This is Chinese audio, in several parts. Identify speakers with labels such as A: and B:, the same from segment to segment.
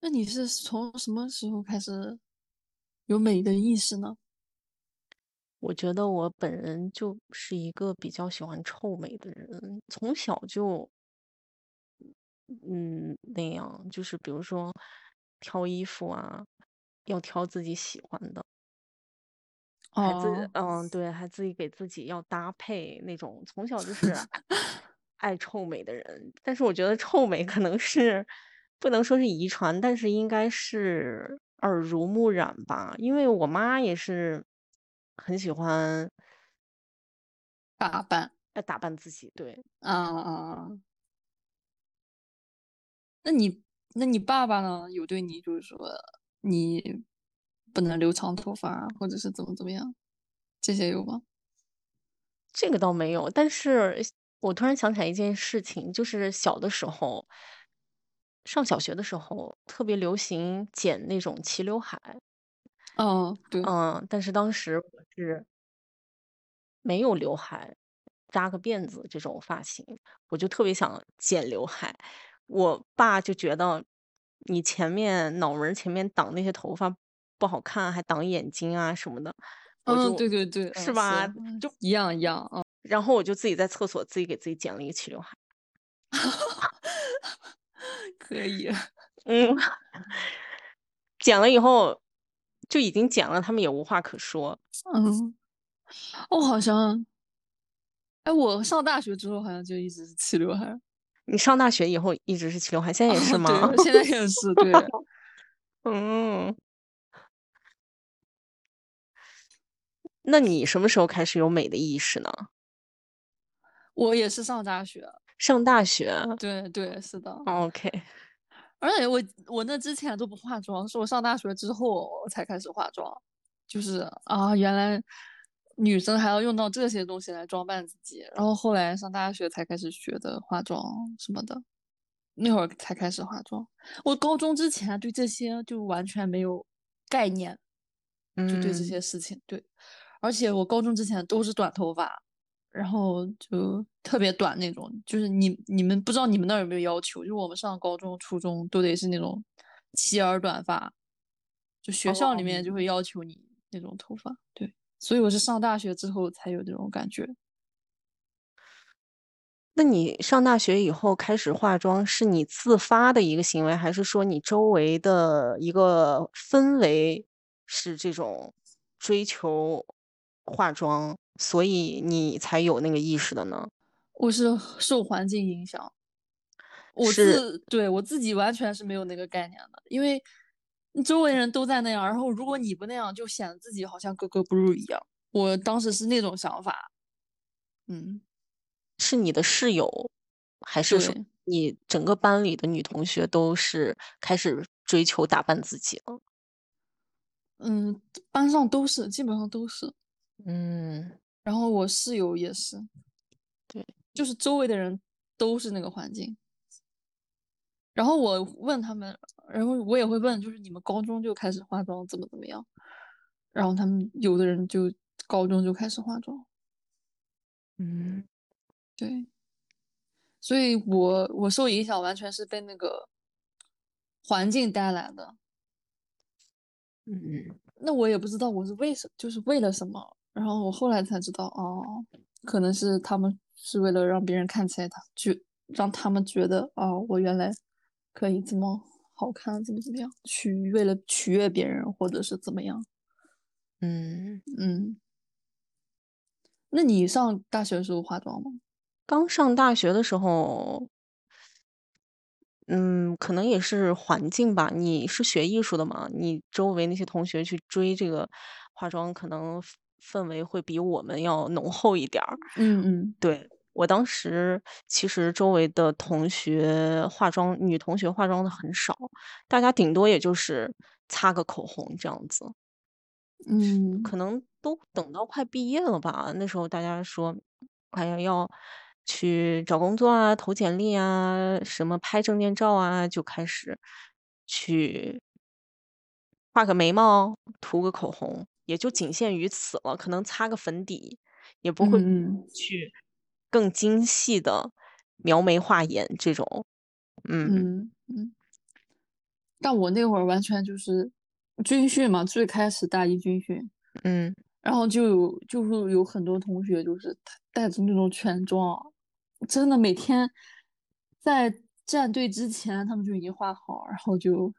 A: 那你是从什么时候开始有美的意识呢？
B: 我觉得我本人就是一个比较喜欢臭美的人，从小就嗯那样，就是比如说挑衣服啊，要挑自己喜欢的，还自
A: 哦，
B: 嗯对，还自己给自己要搭配那种，从小就是爱臭美的人。但是我觉得臭美可能是不能说是遗传，但是应该是耳濡目染吧，因为我妈也是很喜欢。
A: 打扮
B: 要打扮自己，对，
A: 啊啊！啊那你那你爸爸呢？有对你就是说你不能留长头发啊，或者是怎么怎么样，这些有吗？
B: 这个倒没有，但是我突然想起来一件事情，就是小的时候，上小学的时候，特别流行剪那种齐刘海，
A: 哦，对，
B: 嗯，但是当时我是没有刘海，扎个辫子这种发型，我就特别想剪刘海，我爸就觉得你前面脑门儿前面挡那些头发不好看，还挡眼睛啊什么的，我
A: 嗯，
B: 就
A: 对对对，
B: 是
A: 嗯，是，
B: 吧，
A: 嗯
B: 就
A: 一样一样啊。
B: 然后我就自己在厕所自己给自己剪了一个齐刘海。
A: 可以，
B: 嗯，剪了以后就已经剪了，他们也无话可说。
A: 嗯，我好像，哎，我上大学之后好像就一直是齐刘海儿，
B: 你上大学以后一直是齐刘 海，现在哎也是
A: 哦，对，
B: 吗？
A: 我现在也是，对，
B: 嗯，那你什么时候开始有美的意识呢？
A: 我也是上大学，
B: 上大学
A: 对对，是
B: 哦
A: 的，
B: ，OK，
A: 而且我我那之前都不化妆，是我上大学之后我才开始化妆，就是啊，原来女生还要用到这些东西来装扮自己，然后后来上大学才开始学的化妆什么的，那会儿才开始化妆。我高中之前对这些就完全没有概念，就对这
B: 嗯，
A: 些事情，对，而且我高中之前都是短头发，然后就特别短那种，就是你你们不知道你们那儿有没有要求，就是我们上高中、初中都得是那种齐耳短发，就学校里
B: 哦，
A: 面就会要求你那种头发，对，所以我是上大学之后才有这种感觉。
B: 那你上大学以后开始化妆，是你自发的一个行为，还是说你周围的一个氛围是这种追求化妆，所以你才有那个意识的呢？
A: 我是受环境影响，我
B: 是，
A: 自，对，我自己完全是没有那个概念的，因为你周围人都在那样，然后如果你不那样，就显得自己好像格格不入一样。我当时是那种想法，嗯，
B: 是你的室友，还是说
A: 对，
B: 你整个班里的女同学都是开始追求打扮自己了？
A: 嗯，班上都是，基本上都是，
B: 嗯，
A: 然后我室友也是，
B: 对，
A: 就是周围的人都是那个环境。然后我问他们，然后我也会问，就是你们高中就开始化妆，怎么怎么样？然后他们有的人就高中就开始化妆，
B: 嗯，
A: 对，所以我我受影响完全是被那个环境带来的。
B: 嗯，
A: 那我也不知道我是为什就是为了什么。然后我后来才知道，哦，可能是他们是为了让别人看起来他就让他们觉得，哦，我原来可以这么好看，怎么怎么样，取为了取悦别人或者是怎么样。
B: 嗯，
A: 嗯，那你上大学的时候化妆吗？
B: 刚上大学的时候，嗯，可能也是环境吧。你是学艺术的嘛？你周围那些同学去追这个化妆，可能氛氛围会比我们要浓厚一点儿。
A: 嗯嗯，
B: 对，我当时其实周围的同学化妆，女同学化妆的很少，大家顶多也就是擦个口红这样子。
A: 嗯，
B: 可能都等到快毕业了吧，那时候大家说，哎呀，要去找工作啊，投简历啊，什么拍证件照啊，就开始去画个眉毛，涂个口红，也就仅限于此了。可能擦个粉底，也 不会
A: 嗯嗯
B: 去更精细的描眉画眼这种。嗯，
A: 嗯嗯，但我那会儿完全就是军训嘛，最开始大一军训，
B: 嗯，
A: 然后就有就是有很多同学就是他带着那种全妆，真的每天在站队之前他们就已经画好，然后就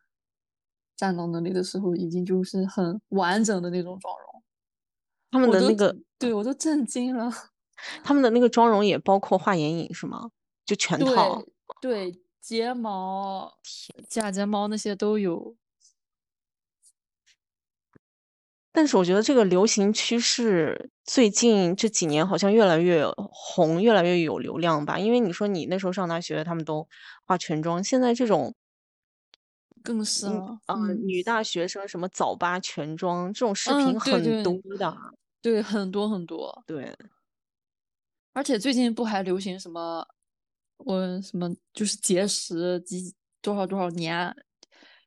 A: 站到那里的时候已经就是很完整的那种妆容。
B: 他们
A: 我
B: 的
A: 都
B: 那个
A: 对我都震惊了。
B: 他们的那个妆容也包括画眼影是吗？就全套。
A: 对对，睫毛、假睫毛那些都有。
B: 但是我觉得这个流行趋势最近这几年好像越来越红，越来越有流量吧。因为你说你那时候上大学，他们都化全妆，现在这种
A: 更是
B: 嗯
A: 了，
B: 啊、
A: 嗯
B: 女大学生什么早八全妆这种视
A: 嗯
B: 频
A: 对
B: 很
A: 对
B: 多的啊，
A: 对，很多很多，
B: 对
A: 而且最近不还流行什么，我什么就是节食几多少多少年，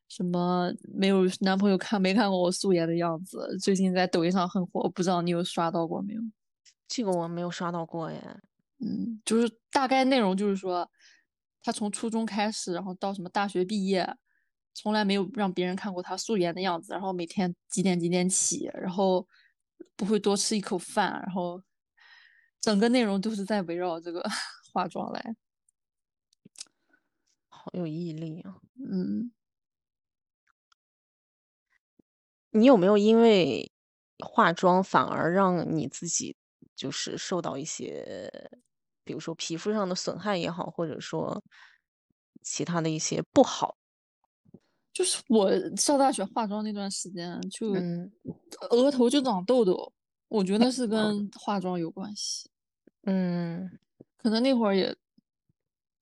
A: 什么没有男朋友看没看过我素颜的样子，最近在抖音上很火，不知道你有刷到过没有？
B: 这个我没有刷到过耶。哎
A: 嗯，就是大概内容就是说，他从初中开始，然后到什么大学毕业，从来没有让别人看过他素颜的样子，然后每天几点几点起，然后不会多吃一口饭，然后整个内容都是在围绕这个 化妆来。
B: 好有毅力啊！
A: 嗯，
B: 你有没有因为化妆反而让你自己就是受到一些，比如说皮肤上的损害也好，或者说其他的一些不好？
A: 就是我上大学化妆那段时间，就
B: 嗯
A: 额头就长痘痘，我觉得是跟化妆有关系，
B: 嗯，
A: 可能那会儿也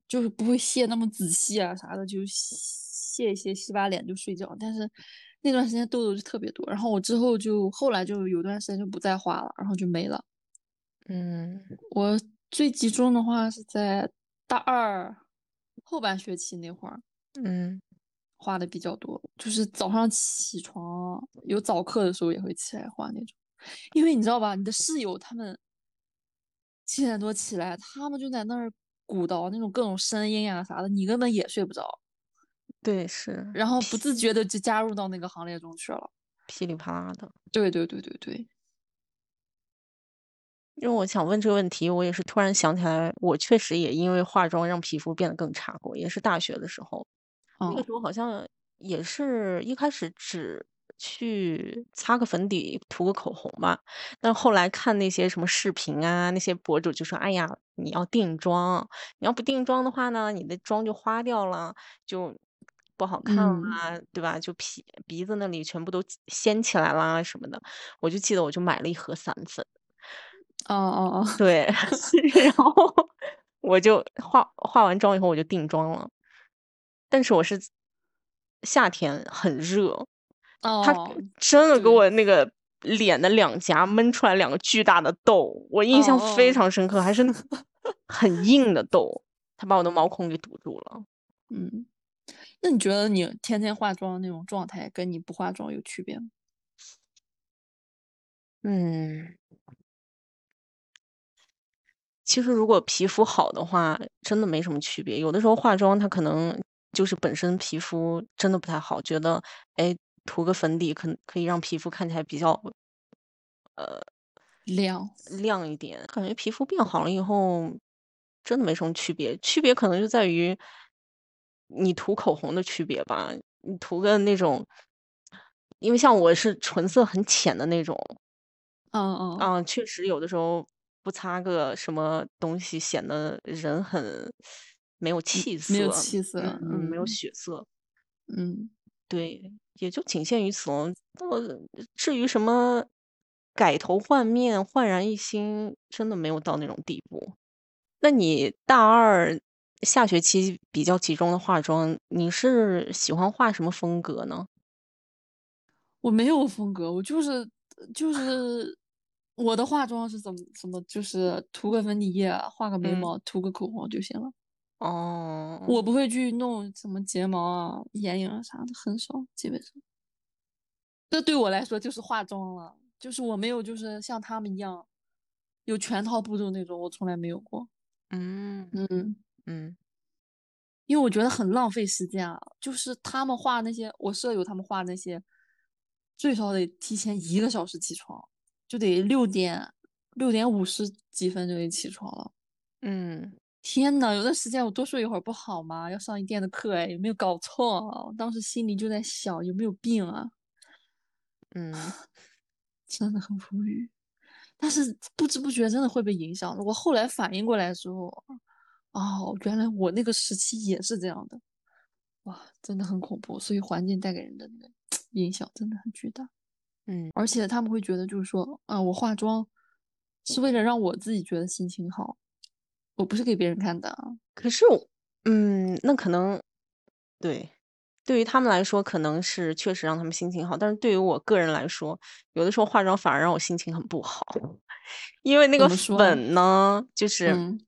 A: 就是不会卸那么仔细啊啥的，就卸一卸，洗把脸就睡觉。但是那段时间痘痘就特别多，然后我之后就后来就有段时间就不再画了，然后就没了。
B: 嗯，
A: 我最集中的话是在大二后半学期那会儿
B: 嗯，
A: 画的比较多，就是早上起床有早课的时候也会起来画那种，因为你知道吧，你的室友他们七点多起来，他们就在那儿鼓捣那种各种声音呀、啥的，你根本也睡不着。
B: 对，是
A: 然后不自觉的就加入到那个行列中去了。
B: 噼里啪啦的。
A: 对对对对对，
B: 因为我想问这个问题，我也是突然想起来，我确实也因为化妆让皮肤变得更差过，也是大学的时候。那个
A: 嗯
B: 时候好像也是一开始只去擦个粉底、涂个口红吧，但后来看那些什么视频啊，那些博主就说：“哎呀，你要定妆，你要不定妆的话呢，你的妆就花掉了，就不好看
A: 嗯，
B: 啦，对吧？就皮鼻子那里全部都起掀起来啦什么的。”我就记得我就买了一盒散粉，
A: 哦哦哦，
B: 对， 然后我就化化完妆以后我就定妆了，但是我是夏天很热，它
A: 哦
B: 真的给
A: 对，
B: 我那个脸的两颊闷出来两个巨大的痘，我
A: 哦
B: 印象非
A: 哦，
B: 常深刻，还是那很硬的痘，它把我的毛孔给堵住了。
A: 嗯，那你觉得你天天化妆那种状态跟你不化妆有区别吗？
B: 嗯，其实如果皮肤好的话，真的没什么区别。有的时候化妆，它可能就是本身皮肤真的不太好，觉得哎涂个粉底可能可以让皮肤看起来比较
A: 亮，
B: 亮一点，感觉皮肤变好了以后，真的没什么区别。区别可能就在于你涂口红的区别吧。你涂个那种，因为像我是唇色很浅的那种，
A: 嗯嗯，
B: 啊，确实有的时候不擦个什么东西，显得人很没有气
A: 嗯没有
B: 色，
A: 气色，
B: 嗯，没有
A: 嗯
B: 血色，
A: 嗯，
B: 对，也就仅限于此了。我至于什么改头换面、焕然一新，真的没有到那种地步。那你大二下学期比较集中的化妆，你是喜欢画什么风格呢？
A: 我没有风格，我就是就是我的化妆是怎么怎么，就是涂个粉底液，啊画个眉
B: 嗯，
A: 毛，涂个口红就行了。
B: 哦，
A: 我不会去弄什么睫毛啊、眼影啊啥的，很少，基本上。这对我来说就是化妆了，就是我没有就是像他们一样有全套步骤那种，我从来没有过。
B: 嗯
A: 嗯，
B: 嗯。
A: 因为我觉得很浪费时间啊。就是他们画那些，我舍友他们画那些，最少得提前一个小时起床，就得六点六点五十几分就得起床了。
B: 嗯，
A: 天呐，有段时间我多睡一会儿不好吗？要上一天的课哎，有没有搞错啊？我当时心里就在想，有没有病啊？
B: 嗯，
A: 真的很无语。但是不知不觉真的会被影响的。我后来反应过来之后，哦，原来我那个时期也是这样的，哇，真的很恐怖。所以环境带给人的那个影响真的很巨大。
B: 嗯，
A: 而且他们会觉得就是说啊，我化妆是为了让我自己觉得心情好，我不是给别人看的啊。
B: 可是我，嗯，那可能对，对于他们来说，可能是确实让他们心情好，但是对于我个人来说，有的时候化妆反而让我心情很不好， 因为那
A: 怎
B: 个
A: 么说
B: 粉呢，就是
A: 嗯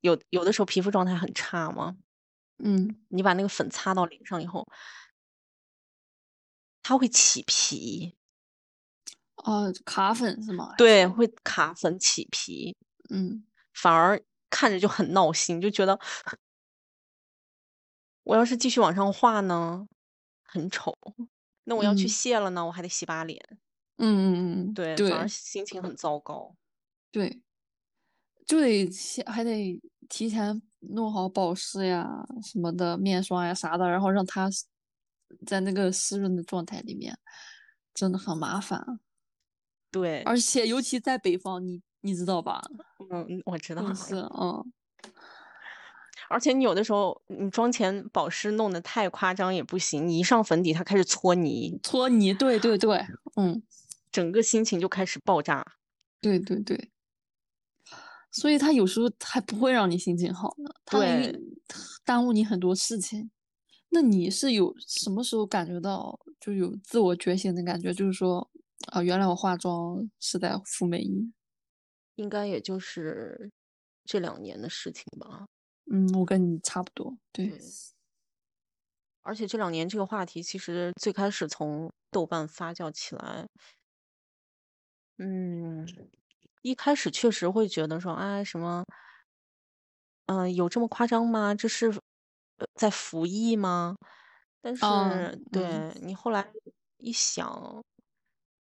B: 有有的时候皮肤状态很差嘛，
A: 嗯，
B: 你把那个粉擦到脸上以后，它会起皮，
A: 啊，卡粉是吗？还
B: 对，
A: 是，
B: 会卡粉起皮，
A: 嗯，
B: 反而看着就很闹心，就觉得我要是继续往上画呢，很丑。那我要去
A: 嗯
B: 卸了呢，我还得洗把脸，
A: 嗯嗯嗯，
B: 对，
A: 对
B: 反而心情很糟糕。
A: 对，就得先还得提前弄好保湿呀什么的，面霜呀啥的，然后让它是在那个湿润的状态里面，真的很麻烦。啊
B: 对，
A: 而且尤其在北方，你你知道吧？
B: 嗯，我知道
A: 就
B: 了。
A: 是嗯，
B: 而且你有的时候，你妆前保湿弄得太夸张也不行，你一上粉底，它开始搓泥，
A: 搓泥，对对对，嗯，
B: 整个心情就开始爆炸。
A: 对对对。所以它有时候还不会让你心情好呢，它还
B: 对
A: 给耽误你很多事情。那你是有什么时候感觉到就有自我觉醒的感觉？就是说啊，原来我化妆是在敷美仪。
B: 应该也就是这两年的事情吧。
A: 嗯，我跟你差不多。对，
B: 对，而且这两年这个话题其实最开始从豆瓣发酵起来，嗯，一开始确实会觉得说，哎，什么，嗯、有这么夸张吗？这是呃在服役吗？但是，
A: 啊，嗯，
B: 对你后来一想，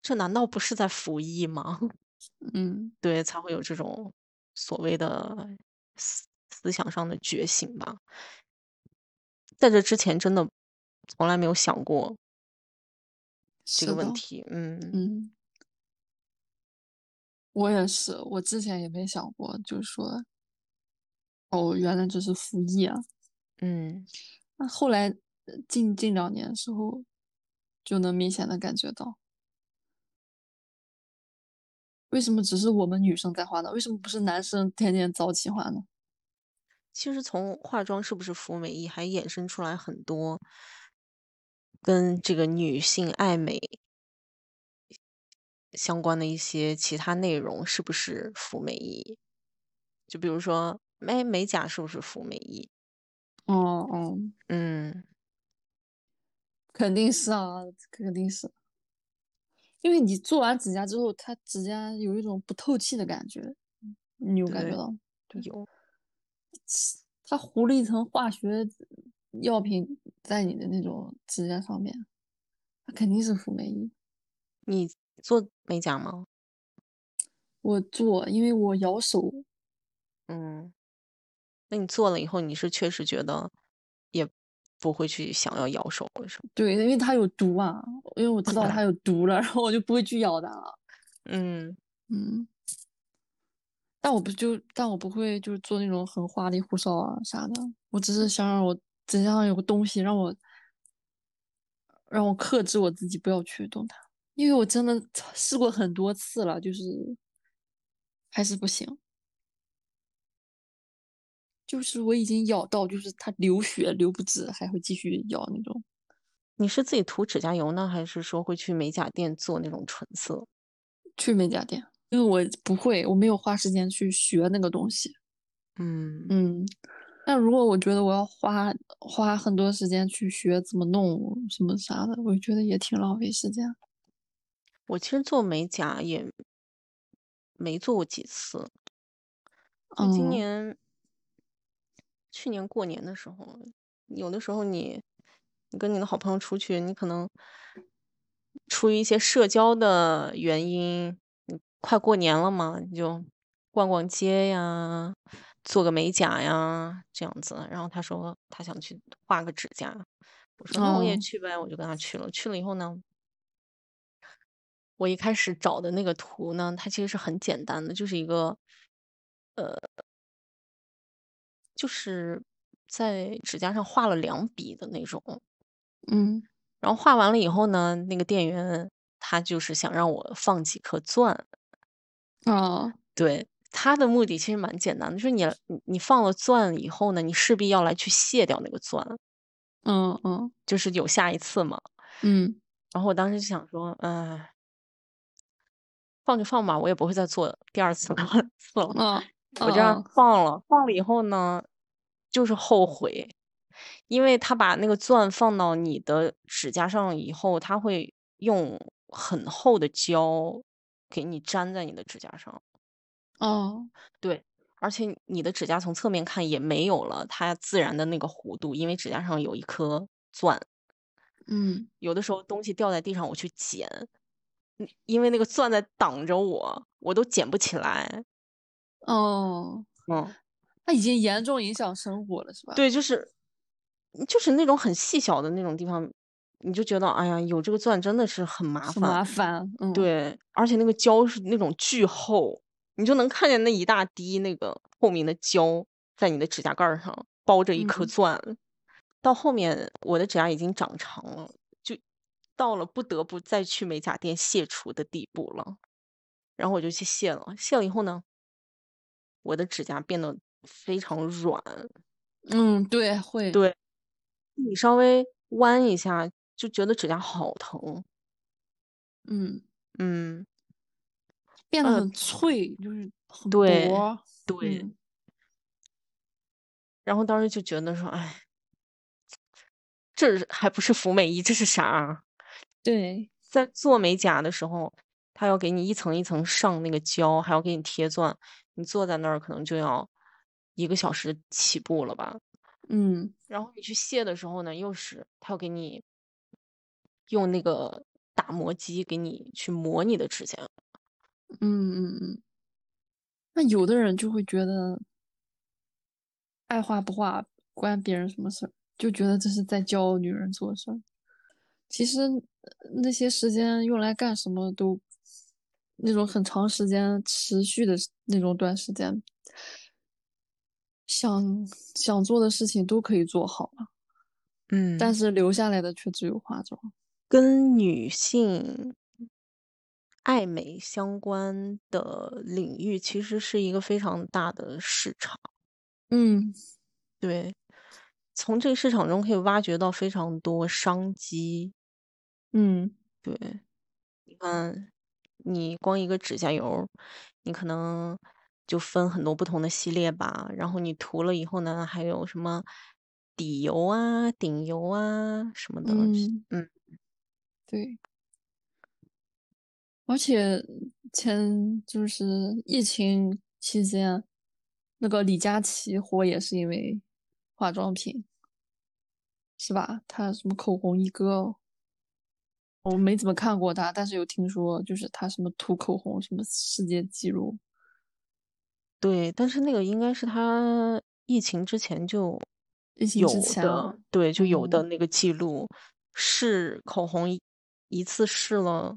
B: 这难道不是在服役吗？
A: 嗯
B: 对，才会有这种所谓的思思想上的觉醒吧。在这之前，真的从来没有想过这个
A: 是的，
B: 问题。嗯
A: 嗯，我也是，我之前也没想过，就是说，哦，原来这是服役啊。
B: 嗯
A: 那后来呃近近两年时候，就能明显的感觉到，为什么只是我们女生在化呢？为什么不是男生天天早起化呢？
B: 其实从化妆是不是服美役，还衍生出来很多跟这个女性爱美相关的一些其他内容，是不是服美役？就比如说，哎，美甲是不是服美役？
A: 哦哦，
B: 嗯，
A: 肯定是啊，肯定是，因为你做完指甲之后，它指甲有一种不透气的感觉，你有感觉
B: 对，
A: 到吗？对，
B: 有，
A: 它糊了一层化学药品在你的那种指甲上面，它肯定是服美役。
B: 你做美甲吗？
A: 我做，因为我咬手，
B: 嗯，那你做了以后，你是确实觉得也不会去想要咬手了，是吗？
A: 对，因为它有毒啊，因为我知道它有毒了，然 后我就不会去咬它了。
B: 嗯
A: 嗯，但我不就，但我不会就是做那种很花里胡哨啊啥的，我只是想让我指甲上有个东西让我让我克制我自己不要去动它，因为我真的试过很多次了，就是还是不行，就是我已经咬到就是它流血流不止，还会继续咬那种。
B: 你是自己涂指甲油呢，还是说会去美甲店做那种唇色？
A: 去美甲店，因为我不会，我没有花时间去学那个东西。
B: 嗯
A: 嗯，但如果我觉得我要花花很多时间去学怎么弄什么啥的，我觉得也挺浪费时间。
B: 我其实做美甲也没做过几次，就今
A: 嗯
B: 年去年过年的时候，有的时候你你跟你的好朋友出去，你可能出于一些社交的原因，你快过年了嘛，你就逛逛街呀，做个美甲呀，这样子。然后他说他想去画个指甲，我说那我也
A: 哦
B: 去呗，我就跟他去了。去了以后呢，我一开始找的那个图呢，它其实是很简单的，就是一个呃就是在指甲上画了两笔的那种。
A: 嗯
B: 然后画完了以后呢，那个店员他就是想让我放几颗钻，嗯
A: 哦
B: 对，他的目的其实蛮简单的，就是你你你放了钻以后呢，你势必要来去卸掉那个钻，
A: 嗯嗯
B: 就是有下一次嘛。
A: 嗯
B: 然后我当时就想说，嗯、放就放吧，我也不会再做第二次、第三次了。
A: 哦
B: 我这样
A: 哦
B: 放了，放了以后呢，就是后悔，因为他把那个钻放到你的指甲上以后，他会用很厚的胶给你粘在你的指甲上。
A: 哦
B: 对，而且你的指甲从侧面看也没有了它自然的那个弧度，因为指甲上有一颗钻。
A: 嗯
B: 有的时候东西掉在地上，我去捡，嗯因为那个钻在挡着我，我都捡不起来。
A: 哦，
B: 嗯，
A: 它已经严重影响生活了，是吧？
B: 对，就是就是那种很细小的那种地方，你就觉得哎呀，有这个钻真的是很麻
A: 很
B: 烦。
A: 麻烦，嗯
B: 对，而且那个胶是那种巨厚，你就能看见那一大滴那个透明的胶在你的指甲盖儿上包着一颗
A: 嗯
B: 钻。到后面我的指甲已经长长了，就到了不得不再去美甲店卸除的地步了。然后我就去卸了，卸了以后呢，我的指甲变得非常软，
A: 嗯，对，会，
B: 对你稍微弯一下就觉得指甲好疼。
A: 嗯，
B: 嗯，
A: 变得
B: 呃，
A: 很脆，就是很
B: 对
A: 薄，
B: 对。
A: 嗯
B: 然后当时就觉得说，哎，这是还不是服美仪，这是啥啊？
A: 对，
B: 在做美甲的时候，他要给你一层一层上那个胶，还要给你贴钻，你坐在那儿可能就要一个小时起步了吧。
A: 嗯
B: 然后你去卸的时候呢，又是他要给你用那个打磨机给你去磨你的指甲。
A: 嗯嗯嗯。那有的人就会觉得爱画不画关别人什么事儿，就觉得这是在教女人做事儿。其实呃那些时间用来干什么都，那种很长时间持续的那种短时间，想想做的事情都可以做好了，但
B: 嗯，
A: 是留下来的却只有化妆。
B: 跟女性爱美相关的领域，其实是一个非常大的市场。
A: 嗯
B: 对，从这个市场中可以挖掘到非常多商机。
A: 嗯
B: 对，你看，你光一个指甲油儿，你可能就分很多不同的系列吧。然后你涂了以后呢，还有什么底油啊、顶油啊什么的。
A: 嗯，
B: 嗯，
A: 对。而且前就是疫情期间，那个李佳琦火也是因为化妆品，是吧？他什么口红一哥，我没怎么看过他，但是有听说，就是他什么涂口红什么世界纪录。
B: 对。但是那个应该是他疫情之前就
A: 疫情之
B: 有
A: 前
B: 的，
A: 啊，
B: 对，就有的
A: 嗯
B: 那个记录，试口红一一次试了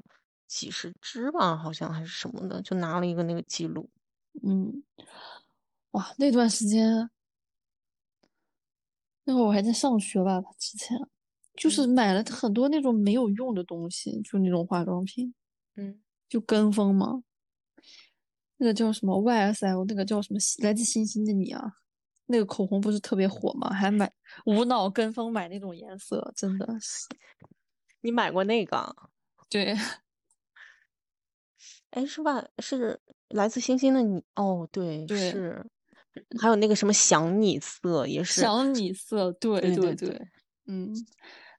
B: 几十支吧，好像还是什么的，就拿了一个那个记录。
A: 嗯，哇，那段时间，那会儿我还在上学吧，之前就是
B: 嗯
A: 买了很多那种没有用的东西，就那种化妆品，
B: 嗯
A: 就跟风嘛。那个叫什么 YSL，那个叫什么西来自星星的你啊，那个口红不是特别火吗？还买无脑跟风买那种颜色，真的是
B: 你买过那个？
A: 对，
B: 哎，是吧？是来自星星的你？哦，对，
A: 对，
B: 是。还有那个什么想你色也是，
A: 想你色，对
B: 对
A: 对
B: 对
A: 对，
B: 对，
A: 嗯，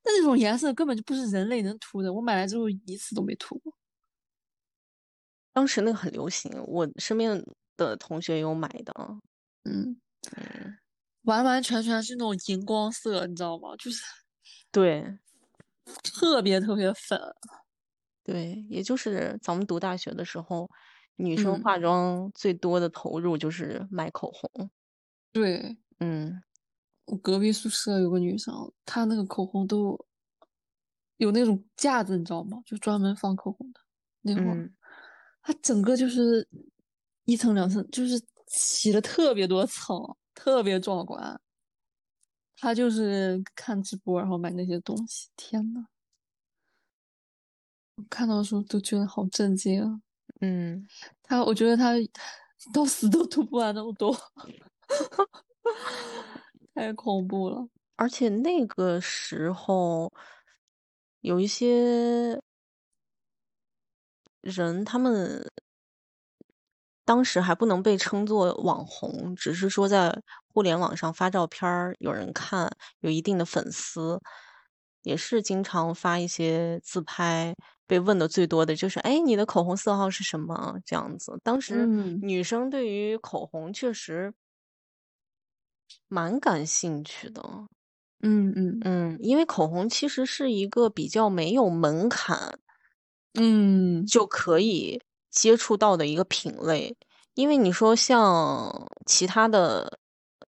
A: 那那种颜色根本就不是人类能涂的，我买来之后一次都没涂过。
B: 当时那个很啊流行，我身边的同学有买的。
A: 嗯，
B: 嗯
A: 完完全全是那种荧光色，你知道吗？就是
B: 对
A: 特别特别粉。
B: 对，也就是咱们读大学的时候，女生
A: 嗯
B: 化妆最多的投入就是买口红。
A: 对
B: 嗯，
A: 我隔壁宿舍有个女生，她那个口红都有那种架子，你知道吗？就专门放口红的。那会儿，
B: 嗯
A: 它整个就是一层两层，就是起了特别多层，特别壮观。他就是看直播，然后买那些东西。天呐，我看到的时候都觉得好震惊啊！
B: 嗯，
A: 他，我觉得他到死都涂不完那么多， 太恐怖了。
B: 而且那个时候有一些人，他们当时还不能被称作网红，只是说在互联网上发照片儿，有人看，有一定的粉丝，也是经常发一些自拍。被问的最多的就是，哎，你的口红色号是什么？这样子，当时
A: 嗯
B: 女生对于口红确实蛮感兴趣的。
A: 嗯嗯
B: 嗯，因为口红其实是一个比较没有门槛
A: 嗯，
B: 就可以接触到的一个品类，因为你说像其他的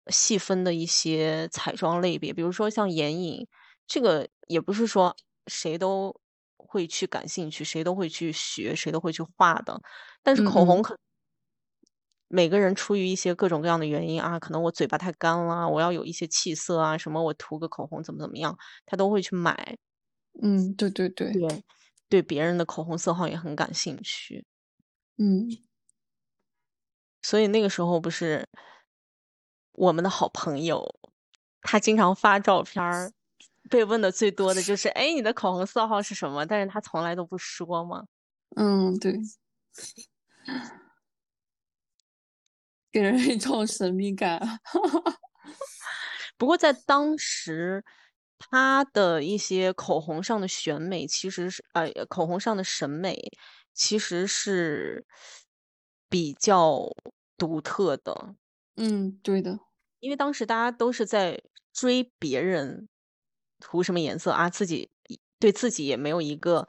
B: 细分的一些彩妆类别，比如说像眼影，这个也不是说谁都会去感兴趣，谁都会去学，谁都会去画的，但是
A: 嗯
B: 口红
A: 嗯
B: 可每个人出于一些各种各样的原因啊，可能我嘴巴太干了，我要有一些气色啊，什么我涂个口红怎么怎么样，他都会去买。
A: 嗯，对对对，
B: 对，对别人的口红色号也很感兴趣，
A: 嗯
B: 所以那个时候不是我们的好朋友，他经常发照片儿，被问的最多的就是，哎，你的口红色号是什么？但是他从来都不说嘛。
A: 嗯，对，给人一种神秘感。啊
B: 不过在当时，他的一些口红上的选美，其实是呃，口红上的审美其实是比较独特的，
A: 嗯，对的，
B: 因为当时大家都是在追别人涂什么颜色啊，自己对自己也没有一个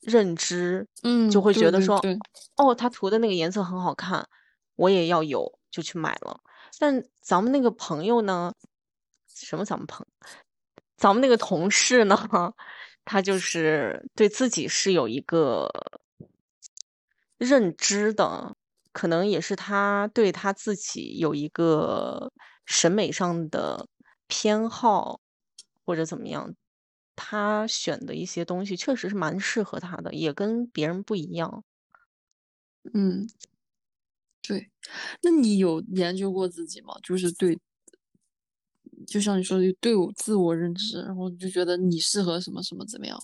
B: 认知，就
A: 嗯，
B: 会
A: 对
B: 觉得
A: 对
B: 说，
A: 对，
B: 哦，他涂的那个颜色很好看，我也要有，就去买了。但咱们那个朋友呢，什么咱们朋，咱们那个同事呢， 他就是对自己是有一个认知的，可能也是他对他自己有一个审美上的偏好，或者怎么样，他选的一些东西确实是蛮适合他的，也跟别人不一样。
A: 嗯对。那你有研究过自己吗？就是对，就像你说的，对我自我认知，然后你就觉得你适合什么什么怎么样？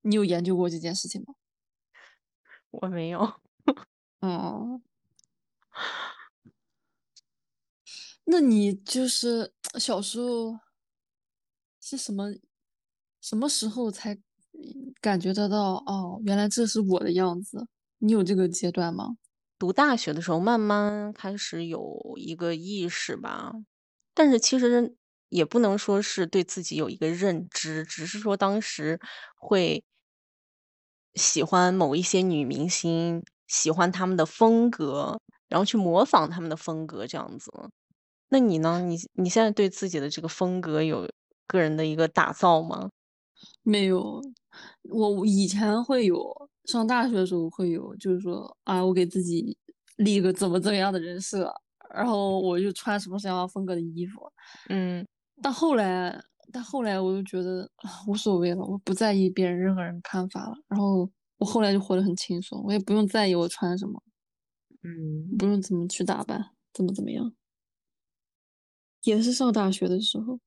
A: 你有研究过这件事情吗？
B: 我没有，
A: 哦，那你就是小时候是什么什么时候才嗯感觉得到哦，原来这是我的样子？你有这个阶段吗？
B: 读大学的时候慢慢开始有一个意识吧，但是其实也不能说是对自己有一个认知，只是说当时会喜欢某一些女明星，喜欢她们的风格，然后去模仿她们的风格这样子。那你呢？你你现在对自己的这个风格有个人的一个打造吗？
A: 没有，我以前会有，上大学的时候会有，就是说啊，我给自己立一个怎么怎么样的人设，然后我就穿什么什么样风格的衣服。
B: 嗯
A: 但后来，但后来我就觉得啊无所谓了，我不在意别人任何人看法了。然后我后来就活得很轻松，我也不用在意我穿什么，
B: 嗯
A: 不用怎么去打扮，怎么怎么样。也是上大学的时候，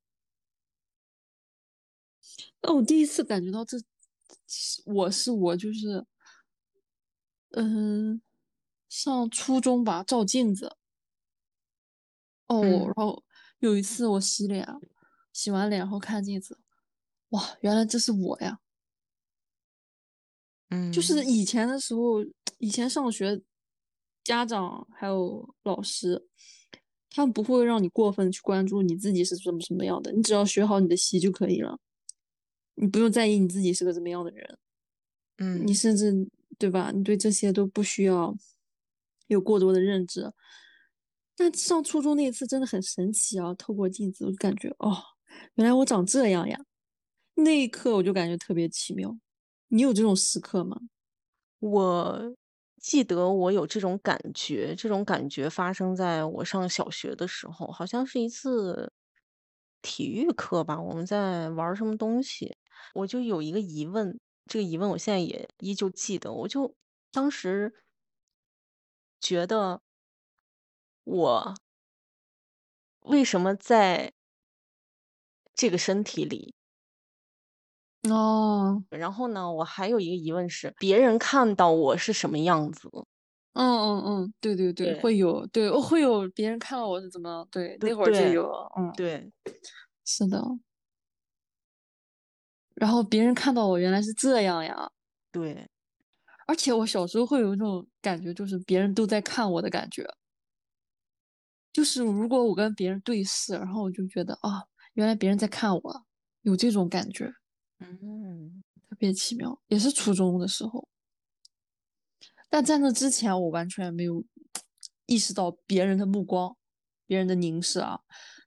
A: 那我第一次感觉到这，是我是我，就是，嗯，上初中吧，照镜子，哦，然
B: 嗯
A: 后有一次我洗脸，洗完脸然后看镜子，哇，原来这是我呀！就是
B: 嗯
A: 以前的时候，以前上学，家长还有老师他不会让你过分去关注你自己是什么什么样的，你只要学好你的习就可以了，你不用在意你自己是个怎么样的人，
B: 嗯，
A: 你甚至对吧？你对这些都不需要有过多的认知。但上初中那一次真的很神奇啊！透过镜子，我就感觉哦，原来我长这样呀！那一刻我就感觉特别奇妙。你有这种时刻吗？
B: 我记得我有这种感觉，这种感觉发生在我上小学的时候，好像是一次体育课吧，我们在玩儿什么东西，我就有一个疑问，这个疑问我现在也依旧记得，我就当时觉得我为什么在这个身体里？
A: 哦，
B: 然后呢，我还有一个疑问是，别人看到我是什么样子？
A: 嗯嗯嗯，对对对，
B: 对
A: 会有，对，我会有别人看到我是怎么样，对，
B: 对
A: 那会儿就
B: 对
A: 有，嗯，
B: 对，
A: 是的。然后别人看到我原来是这样呀，
B: 对，
A: 而且我小时候会有一种感觉，就是别人都在看我的感觉。就是如果我跟别人对视，然后我就觉得啊，原来别人在看我，有这种感觉，
B: 嗯，
A: 特别奇妙。也是初中的时候，但在那之前，我完全没有意识到别人的目光、别人的凝视啊。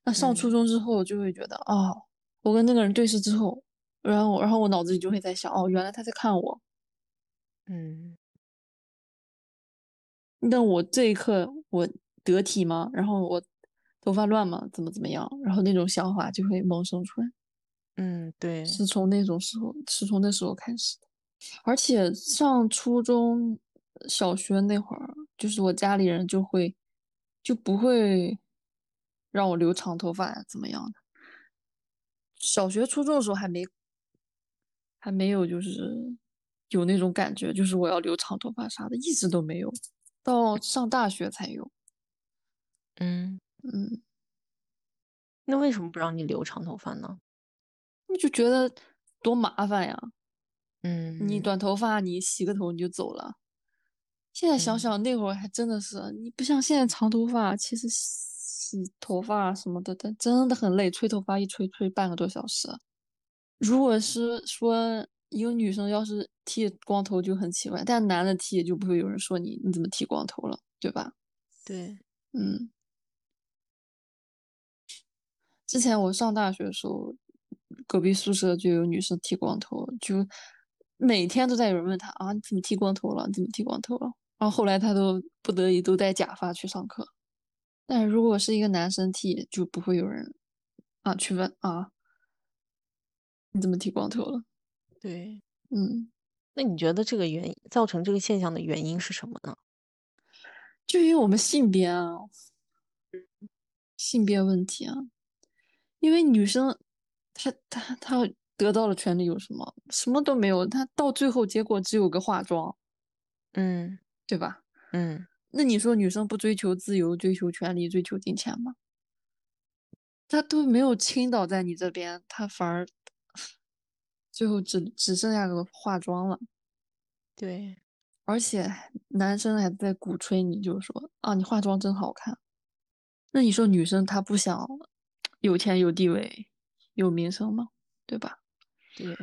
A: 那上初
B: 嗯，
A: 中之后，就会觉得哦，我跟那个人对视之后，然后然后我脑子里就会在想，哦，原来他在看我。
B: 嗯，
A: 那我这一刻我得体吗？然后我头发乱吗？怎么怎么样？然后那种想法就会萌生出来。
B: 嗯，对，
A: 是从那种时候，是从那时候开始的。而且上初中、呃小学那会儿，就是我家里人就会就不会让我留长头发呀，怎么样的。小学、初中的时候还没还没有，就是有那种感觉，就是我要留长头发啥的，一直都没有，到上大学才有。
B: 嗯，
A: 嗯，
B: 那为什么不让你留长头发呢？
A: 我就觉得多麻烦呀，你
B: 嗯
A: 短头发，你洗个头你就走了。现在想
B: 嗯
A: 想，那会儿还真的是，你不像现在长头发，其实洗头发什么的，但真的很累，吹头发一吹吹半个多小时。如果是说一个女生要是剃光头就很奇怪，但男的剃就不会有人说你你怎么剃光头了，对吧？
B: 对，
A: 嗯，之前我上大学的时候，隔壁宿舍就有女生剃光头，就每天都在有人问她啊，你怎么剃光头了？你怎么剃光头了？然后后来她都不得已都戴假发去上课。但是如果是一个男生剃，就不会有人啊去问啊，你怎么剃光头了？
B: 对，
A: 嗯，
B: 那你觉得这个原因造成这个现象的原因是什么呢？
A: 就因为我们性别啊，性别问题啊，因为女生她她她得到了权利有什么？什么都没有，她到最后结果只有个化妆，
B: 嗯
A: 对吧？
B: 嗯
A: 那你说女生不追求自由、追求权利、追求金钱吗？她都没有倾倒在你这边，她反而 最后只只剩下个化妆了。
B: 对，
A: 而且男生还在鼓吹你，就是说啊，你化妆真好看。那你说女生她不想有钱有地位有名声吗？对吧？
B: 对，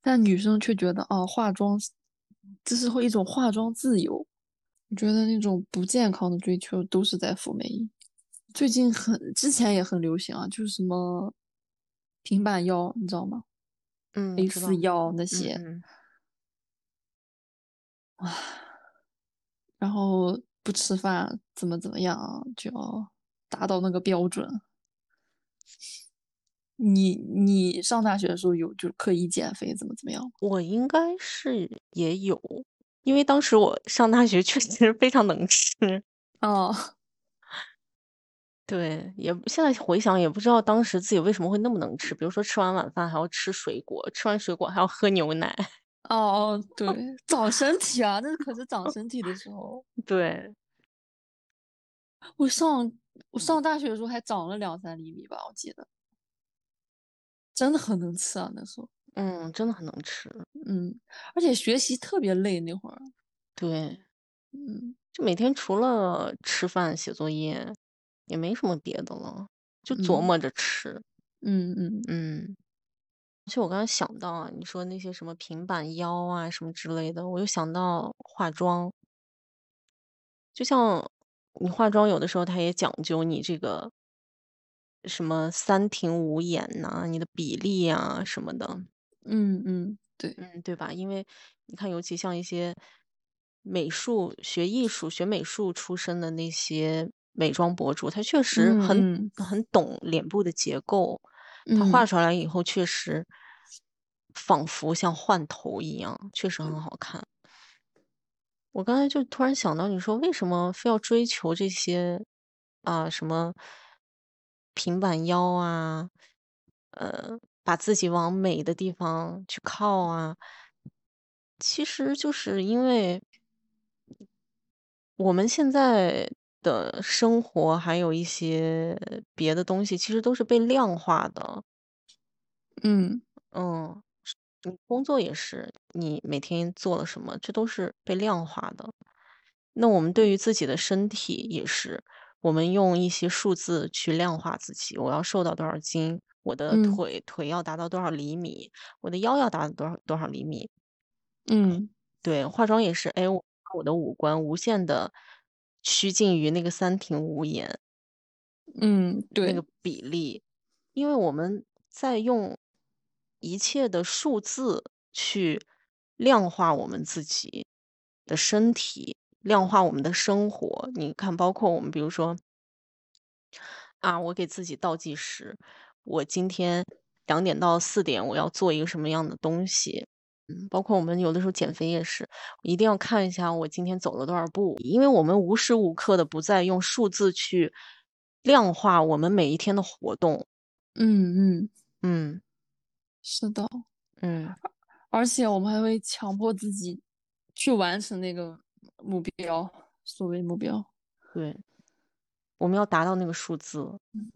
A: 但女生却觉得哦，化妆是这是会一种化妆自由。我觉得那种不健康的追求都是在服美役。最近很，之前也很流行啊，就是什么平板腰，你知道吗
B: 嗯，
A: ？A
B: 知
A: 四
B: 道，
A: 腰那
B: 嗯
A: 些，
B: 嗯
A: 然后不吃饭怎么怎么样啊，就要达到那个标准。你你上大学的时候有就刻意减肥怎么怎么样吗？
B: 我应该是也有，因为当时我上大学 确实非常能吃，
A: 哦，
B: 对，也不现在回想也不知道当时自己为什么会那么能吃，比如说吃完晚饭还要吃水果，吃完水果还要喝牛奶，
A: 哦哦， 对，长身体啊，那可是长身体的时候。
B: 对，
A: 我上我上大学的时候还长了两三厘米吧，我记得，真的很能吃啊，那时候。
B: 嗯，真的很能吃，
A: 嗯，而且学习特别累那会儿。
B: 对，
A: 嗯，
B: 就每天除了吃饭写作业，也没什么别的了，就
A: 嗯
B: 琢磨着吃。
A: 嗯嗯
B: 嗯，而且我刚刚想到啊，你说那些什么平板腰啊什么之类的，我又想到化妆，就像你化妆有的时候它也讲究你这个什么三庭五眼呐、你的比例啊什么的，
A: 嗯嗯，对，
B: 嗯，对吧？因为你看，尤其像一些美术、学艺术、学美术出身的那些美妆博主，他确实很
A: 嗯
B: 很懂脸部的结构，他画
A: 嗯
B: 出来以后确实仿佛像换头一样，确实很好看。我刚才就突然想到，你说为什么非要追求这些啊、什么平板腰啊，呃，把自己往美的地方去靠啊？其实就是因为我们现在的生活还有一些别的东西，其实都是被量化的。
A: 嗯
B: 嗯，是你工作也是，你每天做了什么，这都是被量化的。那我们对于自己的身体也是，我们用一些数字去量化自己，我要瘦到多少斤，我的
A: 嗯
B: 腿腿要达到多少厘米，我的腰要达到多少多少厘米。
A: 嗯
B: 对，化妆也是，哎，我把我的五官无限的趋近于那个三庭五眼
A: 嗯，
B: 那个
A: 对，
B: 比例，因为我们在用一切的数字去量化我们自己的身体，量化我们的生活。你看，包括我们，比如说啊，我给自己倒计时，我今天两点到四点我要做一个什么样的东西。嗯，包括我们有的时候减肥也是，我一定要看一下我今天走了多少步，因为我们无时无刻的不再用数字去量化我们每一天的活动。
A: 嗯嗯，
B: 嗯
A: 是的，
B: 嗯，
A: 而且我们还会强迫自己去完成那个目标，所谓目标，
B: 对，我们要达到那个数字。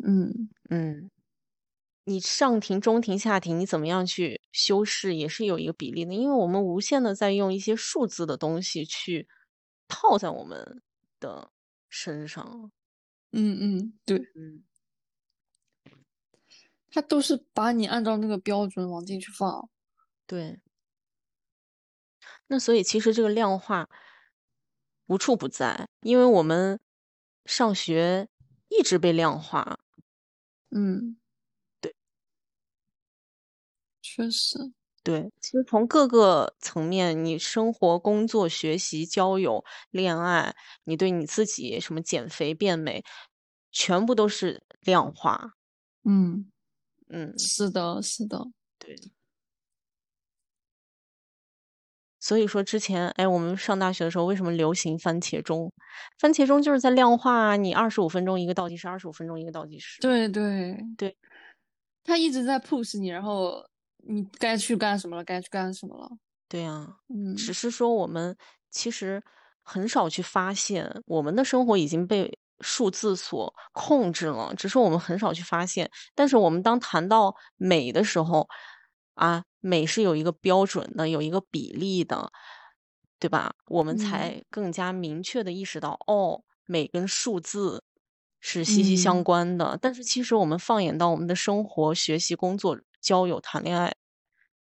A: 嗯
B: 嗯，你上庭、中庭、下庭，你怎么样去修饰，也是有一个比例的，因为我们无限的在用一些数字的东西去套在我们的身上。
A: 嗯嗯，对，
B: 嗯，
A: 他都是把你按照那个标准往进去放，
B: 对。那所以其实这个量化无处不在，因为我们上学一直被量化。
A: 嗯，
B: 对
A: 确实，嗯
B: 对，其实从各个层面，你生活、工作、学习、交友、恋爱，你对你自己什么减肥、变美，全部都是量化。
A: 嗯，
B: 嗯，
A: 是的，是的，
B: 对。所以说之前，哎，我们上大学的时候，为什么流行番茄钟？番茄钟就是在量化你二十五分钟一个倒计时，二十五分钟一个倒计时。
A: 对对，
B: 对
A: 他一直在 push 你，然后你该去干什么了，该去干什么了，
B: 对啊，只
A: 嗯
B: 是说我们其实很少去发现，我们的生活已经被数字所控制了，只是我们很少去发现。但是我们当谈到美的时候，啊，美是有一个标准的，有一个比例的，对吧？我们
A: 嗯
B: 才更加明确的意识到，哦，美跟数字是息息相
A: 嗯
B: 关的。但是其实我们放眼到我们的生活、学习、工作、交友、谈恋爱，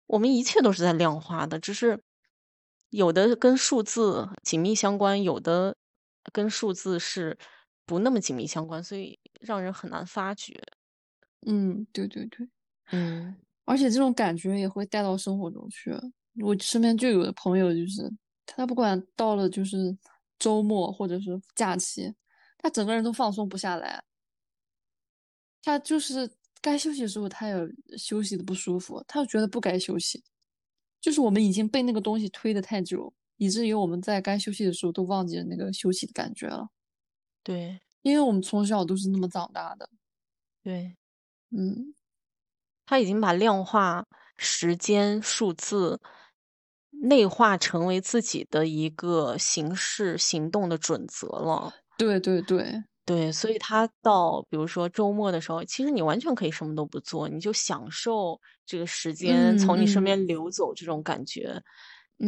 B: 我们一切都是在量化的，只是有的跟数字紧密相关，有的跟数字是不那么紧密相关，所以让人很难发觉。
A: 嗯，对对对。
B: 嗯
A: 而且这种感觉也会带到生活中去。我身边就有的朋友，就是他不管到了就是周末或者是假期，他整个人都放松不下来。他就是该休息的时候，他也休息的不舒服，他又觉得不该休息。就是我们已经被那个东西推得太久，以至于我们在该休息的时候都忘记了那个休息的感觉了。
B: 对
A: 因为我们从小都是那么长大的，
B: 对，
A: 嗯
B: 他已经把量化、时间、数字内化成为自己的一个行事行动的准则了。
A: 对对对，
B: 对，所以他到比如说周末的时候，其实你完全可以什么都不做，你就享受这个时间
A: 嗯
B: 从你身
A: 嗯，
B: 边流走这种感觉。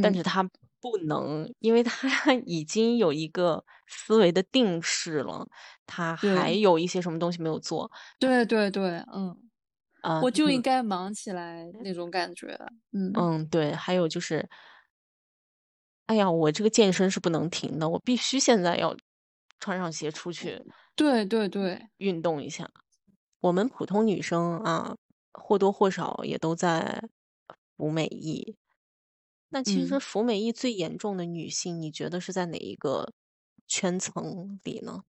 B: 但
A: 嗯
B: 是他不能，因为他 已经有一个思维的定式了，他还
A: 对
B: 有一些什么东西没有做
A: 对对对，嗯，
B: 啊，
A: 我就应
B: 嗯
A: 该忙起来那种感觉，嗯
B: 嗯，对，还有就是，哎呀，我这个健身是不能停的，我必须现在要穿上鞋出去
A: 对对对，
B: 运动一下。我们普通女生啊，或多或少也都在服美役。那其实
A: 嗯。
B: 服美役最严重的女性，你觉得是在哪一个圈层里呢？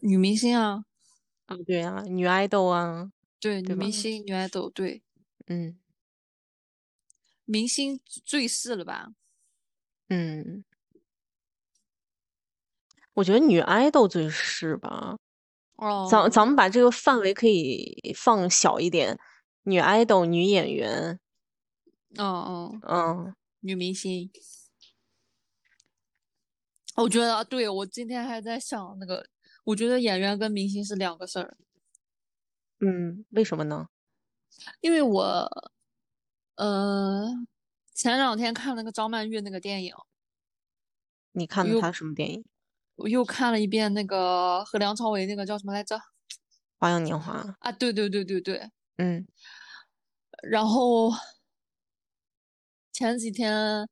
A: 女明星啊，
B: 啊，对啊，女爱豆啊，
A: 对，女
B: 对吧？
A: 明星、女 idol，对，
B: 嗯
A: 明星最是了吧？
B: 嗯，我觉得女爱豆最是吧。咱
A: 哦，
B: 咱们把这个范围可以放小一点，女爱豆、女演员，
A: 哦哦，
B: 嗯
A: 女明星，我觉得啊对我今天还在想那个，我觉得演员跟明星是两个事儿，
B: 嗯，为什么呢？
A: 因为我，呃，前两天看那个张曼玉那个电影，
B: 你
A: 我
B: 看的她
A: 又
B: 什么电影？
A: 我又看了一遍那个和梁朝伟那个叫什么来着？
B: 《花样年华》。
A: 啊，对对对对对，
B: 嗯
A: 然后前几天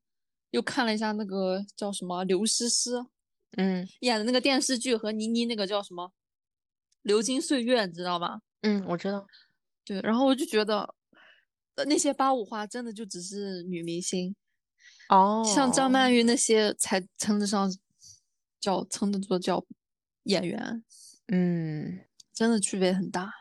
A: 又看了一下那个叫什么刘诗诗。
B: 嗯
A: 演的那个电视剧和倪妮那个叫什么《流金岁月》，你知道吗？
B: 嗯，我知道。
A: 对，然后我就觉得，呃那些八五花真的就只是女明星，像张
B: 哦，
A: 曼玉那些才称得上叫称得作叫演员，
B: 嗯
A: 真的区别很大。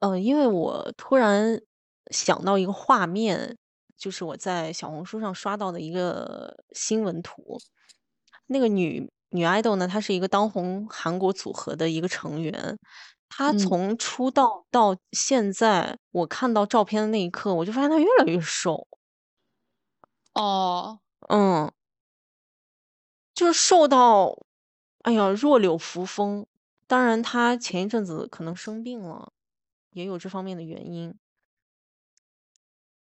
B: 呃，因为我突然想到一个画面，就是我在小红书上刷到的一个新闻图，那个女女 idol 呢，她是一个当红韩国组合的一个成员。她
A: 嗯，
B: 从出道到现在，我看到照片的那一刻，我就发现她越来越瘦。
A: 哦，
B: 嗯，就是瘦到，哎呀，弱柳扶风。当然，她前一阵子可能生病了，也有这方面的原因。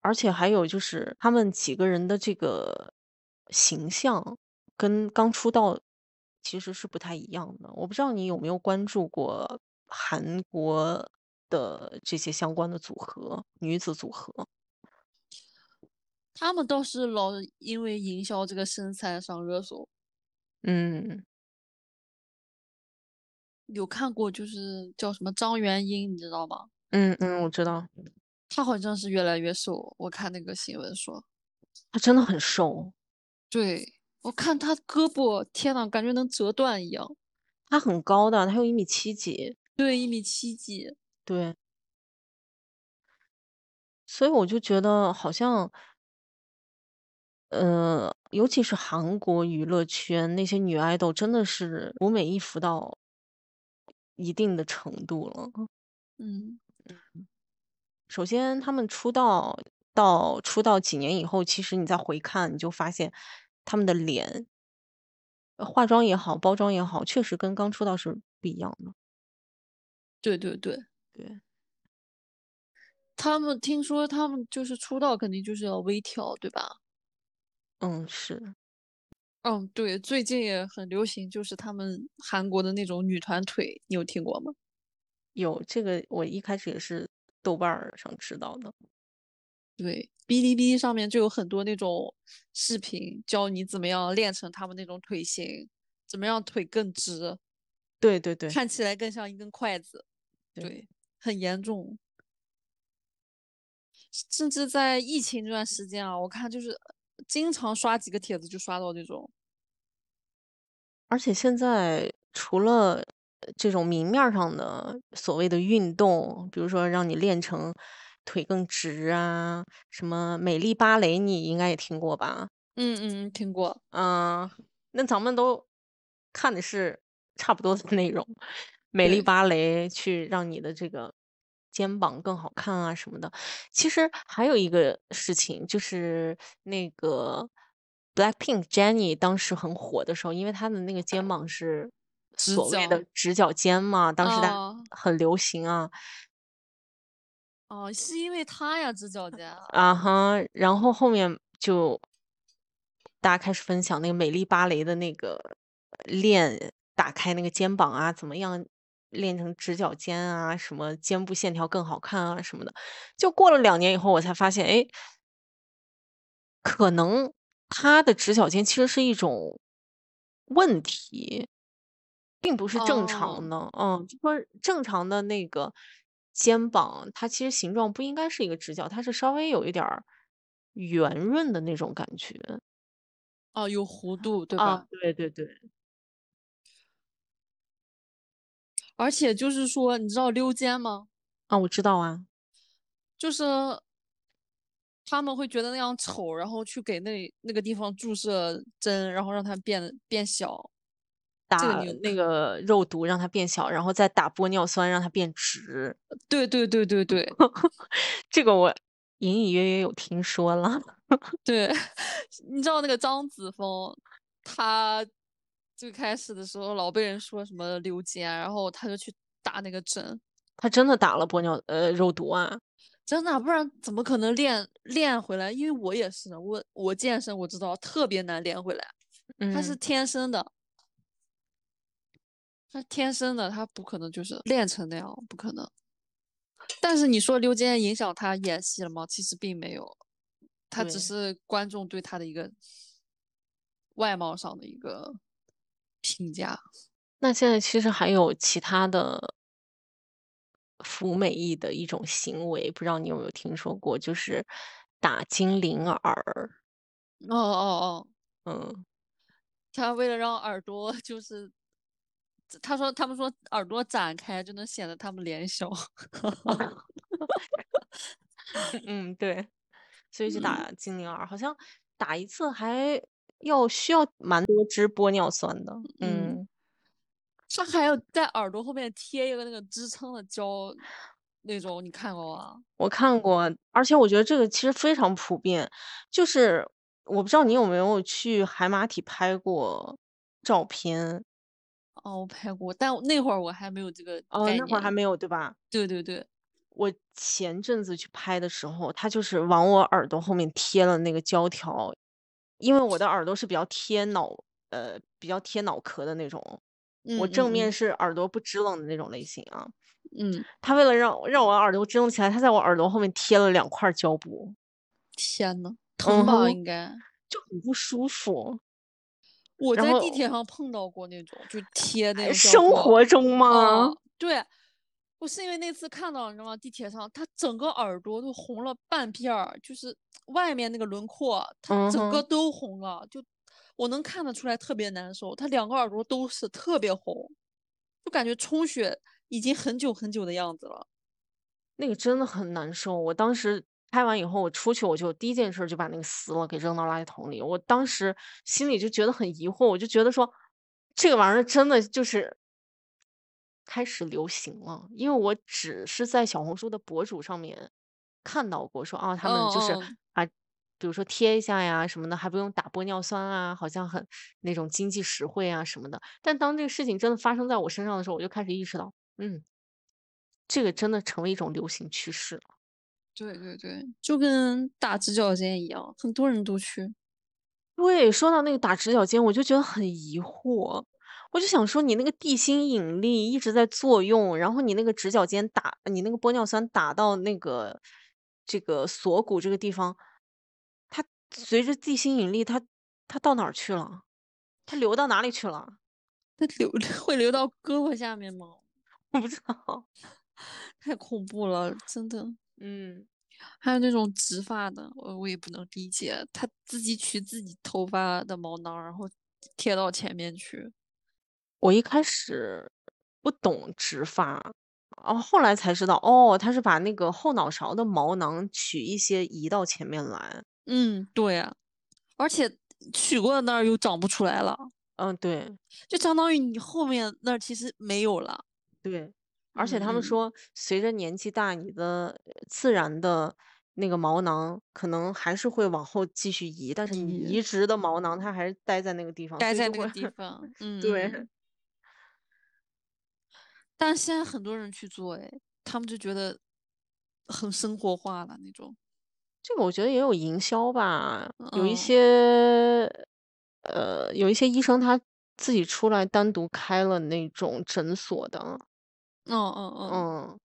B: 而且还有就是他们几个人的这个形象跟刚出道其实是不太一样的。我不知道你有没有关注过韩国的这些相关的组合，女子组合。
A: 他们倒是老因为营销这个身材上热搜，
B: 嗯
A: 有看过就是叫什么张元英，你知道吗？
B: 嗯嗯，我知道，
A: 她好像是越来越瘦，我看那个新闻说。
B: 她真的很瘦，
A: 对，我看他胳膊，天呐，感觉能折断一样。
B: 她很高的，她有一米七几。
A: 对，一米七几。
B: 对，所以我就觉得好像，呃，尤其是韩国娱乐圈那些女爱豆，真的是服美役服到一定的程度了。
A: 嗯，
B: 首先，他们出道到出道几年以后，其实你再回看，你就发现他们的脸、呃化妆也好，包装也好，确实跟刚出道是不一样的。
A: 对对对，
B: 对，
A: 他们听说他们就是出道肯定就是要微调，对吧？
B: 嗯，是，
A: 嗯，对，最近也很流行，就是他们韩国的那种女团腿，你有听过吗？
B: 有这个，我一开始也是豆瓣儿上知道的。
A: 对，哔哩哔哩上面就有很多那种视频，教你怎么样练成他们那种腿型，怎么让腿更直，
B: 对对对
A: 看起来更像一根筷子。
B: 对，
A: 对，很严重。甚至在疫情这段时间啊，我看就是经常刷几个帖子就刷到这种，
B: 而且现在除了呃这种明面儿上的所谓的运动，比如说让你练成腿更直啊，什么美丽芭蕾，你应该也听过吧？
A: 嗯嗯，嗯，听过，
B: 嗯，那咱们都看的是差不多的内容，美丽
A: 对，
B: 芭蕾去让你的这个肩膀更好看啊什么的。其实还有一个事情，就是那个 BLACKPINK Jennie 当时很火的时候，因为她的那个肩膀是
A: 直
B: 所谓
A: 角，
B: 的直角肩嘛，当时大家
A: 哦
B: 很流行啊
A: 哦，是因为他呀，直角肩啊，
B: 啊哈，然后后面。就大家开始分享那个美丽芭蕾的那个练，打开那个肩膀啊，怎么样练成直角肩啊，什么肩部线条更好看啊什么的。就过了两年以后，我才发现，哎，可能他的直角肩其实是一种问题，并不是正
A: 哦，
B: 常的。嗯，就说正常的那个肩膀，它其实形状不应该是一个直角，它是稍微有一点儿圆润的那种感觉。
A: 哦，有弧度，对
B: 啊，
A: 吧？
B: 对对对，
A: 而且就是说，你知道溜肩吗？
B: 啊，我知道啊。
A: 就是他们会觉得那样丑，然后去给那那个地方注射针，然后让它变变小。这个
B: 打
A: 你嗯有
B: 那
A: 看？
B: 个肉毒让它变小，然后再打玻尿酸让它变直。
A: 对对对对对
B: 这个我隐隐约约有听说了。
A: 对， 你知道那个张子枫，他最开始的时候老被人说什么溜肩，然后他就去打那个针，
B: 他真的打了玻尿呃肉毒啊？
A: 真的啊，不然怎么可能练练回来？因为我也是，我我健身我知道特别难练回来，它是
B: 嗯，
A: 天生的。他天生的，他不可能就是练成那样，不可能。但是你说溜肩影响他演戏了吗？其实并没有，他只
B: 对，
A: 是观众对他的一个外貌上的一个评价。
B: 那现在其实还有其他的服美役的一种行为，不知道你有没有听说过，就是打精灵耳。
A: 哦哦哦，
B: 嗯，
A: 他为了让耳朵就是，他说他们说耳朵展开就能显得他们脸小。
B: 嗯，对，所以就
A: 嗯，
B: 打精灵耳，好像打一次还要需要蛮多支玻尿酸的。
A: 嗯，
B: 嗯，
A: 他还有在耳朵后面贴一个那个支撑的胶，那种你看过吗？
B: 我看过，而且我觉得这个其实非常普遍。就是我不知道你有没有去海马体拍过照片，
A: 哦，我拍过，但那会儿我还没有这个
B: 哦，
A: 概
B: 那会儿还
A: 念。
B: 没有，对吧？
A: 对对对，
B: 我前阵子去拍的时候，他就是往我耳朵后面贴了那个胶条，因为我的耳朵是比较贴脑，呃，比较贴脑壳的那种，
A: 嗯
B: 我
A: 嗯
B: 正面
A: 嗯
B: 是耳朵不支棱的那种类型啊。
A: 嗯，
B: 他为了让让我耳朵支棱起来，他在我耳朵后面贴了两块儿胶布，
A: 天呐，疼
B: 嗯
A: 吧
B: 哼，
A: 应该？
B: 就很不舒服。
A: 我
B: 然
A: 在地
B: 后
A: 铁上碰到过那种，就贴那
B: 哎
A: 种胶
B: 生
A: 布。啊
B: 活中吗？
A: 哦，对，我是因为那次看到，你知道吗？地铁上，他整个耳朵都红了半片儿，就是外面那个轮廓，他
B: 嗯
A: 整个
B: 哼，
A: 都红了，就我能看得出来特别难受，他两个耳朵都是特别红，就感觉充血已经很久很久的样子了。
B: 那个真的很难受。我当时拍完以后，我出去我就第一件事儿就把那个撕了，给扔到垃圾桶里。我当时心里就觉得很疑惑，我就觉得说，这个玩意儿真的就是开始流行了，因为我只是在小红书的博主上面看到过说，啊，他们就是
A: 嗯嗯。
B: 啊，比如说贴一下呀什么的，还不用打玻尿酸啊，好像很那种经济实惠啊什么的。但当这个事情真的发生在我身上的时候，我就开始意识到，嗯，这个真的成为一种流行趋势了。
A: 对对对，就跟打直角肩一样，很多人都去。
B: 对，说到那个打直角肩，我就觉得很疑惑，我就想说，你那个地心引力一直在作用，然后你那个直角肩打，你那个玻尿酸打到那个这个锁骨这个地方，它随着地心引力，它它到哪儿去了？它流到哪里去了？
A: 那流 会流到胳膊下面吗？
B: 我不知道。
A: 太恐怖了，真的。
B: 嗯，
A: 还有那种直发的，呃我我也不能理解，他自己取自己头发的毛囊，然后贴到前面去。
B: 我一开始不懂植发，哦，后来才知道，哦，它是把那个后脑勺的毛囊取一些移到前面来。
A: 嗯，对啊，而且取过的那儿又长不出来了，
B: 嗯，对。
A: 就相当于你后面那儿其实没有了。
B: 对，而且
A: 嗯
B: 他
A: 嗯，
B: 们说，随着年纪大，你的呃自然的那个毛囊可能还是会往后继续移，但是你
A: 你
B: 移植的毛囊它还是待在那个地方，
A: 待
B: 所以
A: 在
B: 就
A: 那个
B: 会
A: 地 方。嗯
B: 对，
A: 嗯。但现在很多人去做，哎，他们就觉得很生活化了那种。
B: 这个我觉得也有营销吧，有一
A: 嗯
B: 些，呃，有一些医生他自己出来单独开了那种诊所的，
A: 嗯嗯
B: 嗯，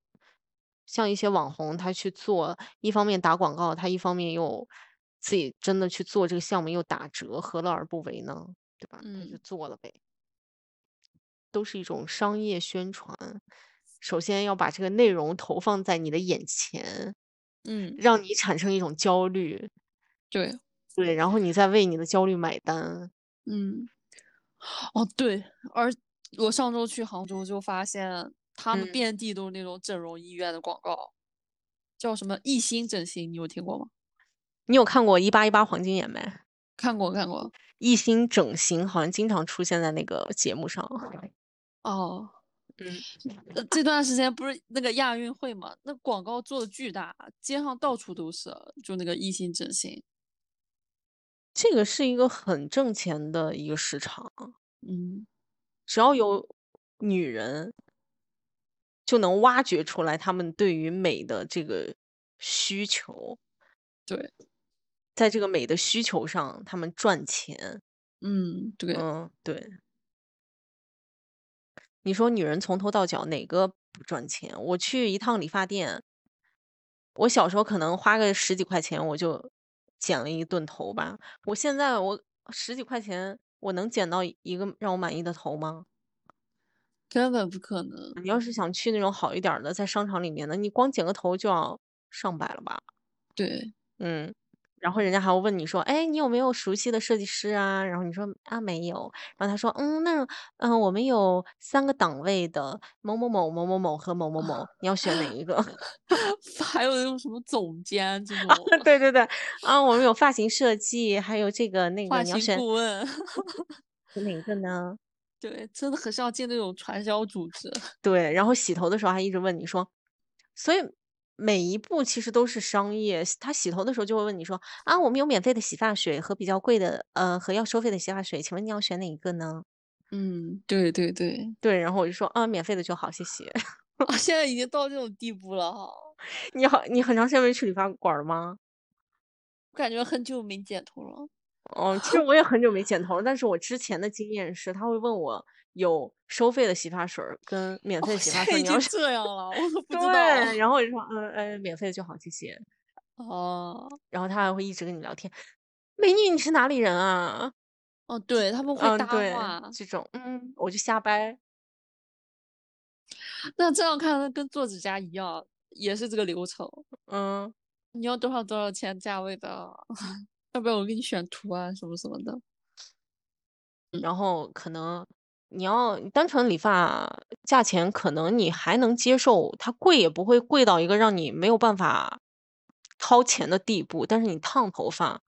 B: 像一些网红他去做，一方面打广告，他一方面又自己真的去做这个项目又打折，何乐而不为呢？对吧？他就
A: 嗯
B: 做了呗，都是一种商业宣传。首先要把这个内容投放在你的眼前，
A: 嗯嗯，
B: 让你产生一种焦虑，
A: 对，
B: 对，然后你再为你的焦虑买单。
A: 嗯。哦，对，而我上周去杭州就发现，他们
B: 嗯，
A: 遍地都是那种整容医院的广告，叫什么一心整形，你有听过吗？
B: 你有看过《一八一八黄金眼》没？
A: 看过看过。
B: 一心整形好像经常出现在那个节目上。
A: 哦，
B: 嗯，
A: 呃，这段时间不是那个亚运会嘛，那广告做的巨大，街上到处都是，就那个一心整形。
B: 这个是一个很挣钱的一个市场，
A: 嗯，
B: 只要有女人，就能挖掘出来她们对于美的这个需求，
A: 对，
B: 在这个美的需求上，她们赚钱。
A: 嗯，对，
B: 嗯，对。你说女人从头到脚哪个不赚钱？我去一趟理发店，我小时候可能花个十几块钱我就剪了一顿头吧，我现在我十几块钱我能剪到一个让我满意的头吗？
A: 根本不可能。
B: 你要是想去那种好一点儿的，在商场里面的，你光剪个头就要上百了吧？
A: 对，
B: 嗯，然后人家还会问你说，哎，你有没有熟悉的设计师啊？然后你说啊没有，然后他说，嗯，那嗯、呃我们有三个档位的某某某某某某和某某 某，你要选哪一个？嗯
A: 还有那种什么总监这
B: 啊，
A: 种
B: 对对对，啊，我们有发型设计，还有这个那个，
A: 发
B: 你要
A: 型
B: 选
A: 顾问，
B: 选哪一个呢？
A: 对，真的很像进那种传销组织。
B: 对，然后洗头的时候还一直问你说，所以每一步其实都是商业。他洗头的时候就会问你说啊，我们有免费的洗发水和比较贵的，呃，和要收费的洗发水，请问你要选哪一个呢？
A: 嗯，对对对。
B: 对，然后我就说啊，免费的就好，谢谢。
A: 啊，现在已经到这种地步了哈，
B: 你好，你很长时间没去理发馆儿了吗？
A: 我感觉很久没剪头了。
B: 嗯，其实我也很久没剪头了，但是我之前的经验是，他会问我有收费的洗发水儿跟免
A: 哦，
B: 费的洗
A: 现
B: 发
A: 在
B: 水儿，
A: 已
B: 你要
A: 经
B: 选。
A: 这样了，我 都不知道。
B: 对，然后我就说，嗯，呃，免费的就好，谢谢。
A: 哦
B: 然后他还会一直跟你聊天，美女，你是哪里人啊？
A: 哦，对，他们会
B: 嗯，
A: 搭
B: 对，
A: 话，
B: 这种，嗯，我就瞎掰。
A: 那这样看跟做指甲一样，也是这个流程。
B: 嗯，
A: 你要多少多少钱价位的？ 要不然我给你选图案什么什么的。嗯
B: 然后可能你要你单纯理发，价钱可能你还能接受，它贵也不会贵到一个让你没有办法掏钱的地步。但是你烫头发，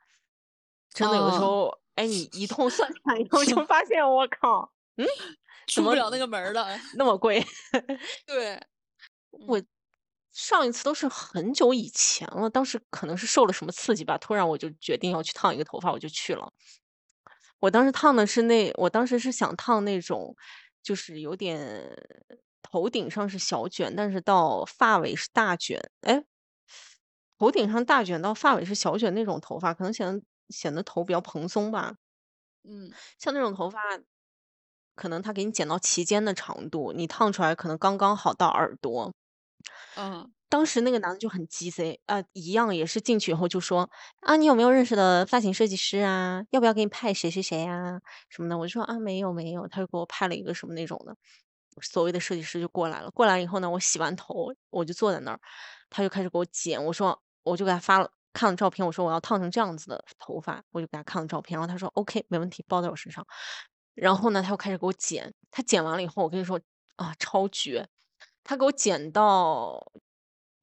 B: 真的有的时
A: 啊，
B: 候，哎，你一通算下来以后，就发现我靠，嗯，怎
A: 出不
B: 么
A: 了那个门儿了。
B: 那么贵？
A: 对，
B: 我
A: 嗯
B: 上一次都是很久以前了，当时可能是受了什么刺激吧，突然我就决定要去烫一个头发，我就去了。我当时烫的是那，我当时是想烫那种，就是有点头顶上是小卷，但是到发尾是大卷，哎，头顶上大卷到发尾是小卷那种头发，可能显得显得头比较蓬松吧。
A: 嗯
B: 像那种头发，可能他给你剪到齐肩的长度，你烫出来可能刚刚好到耳朵。
A: 啊
B: 当时那个男的就很鸡贼啊，一样也是进去以后就说啊，你有没有认识的发型设计师啊？要不要给你派谁谁谁啊什么的？我就说啊，没有没有，他就给我派了一个什么那种的，所谓的设计师就过来了。过来以后呢，我洗完头我就坐在那儿，他就开始给我剪，我说我就给他发了。看了照片，我说我要烫成这样子的头发，我就给他看了照片，然后他说 OK，没问题，包在我身上。然后呢，他又开始给我剪，他剪完了以后，我跟你说啊，超绝，他给我剪到，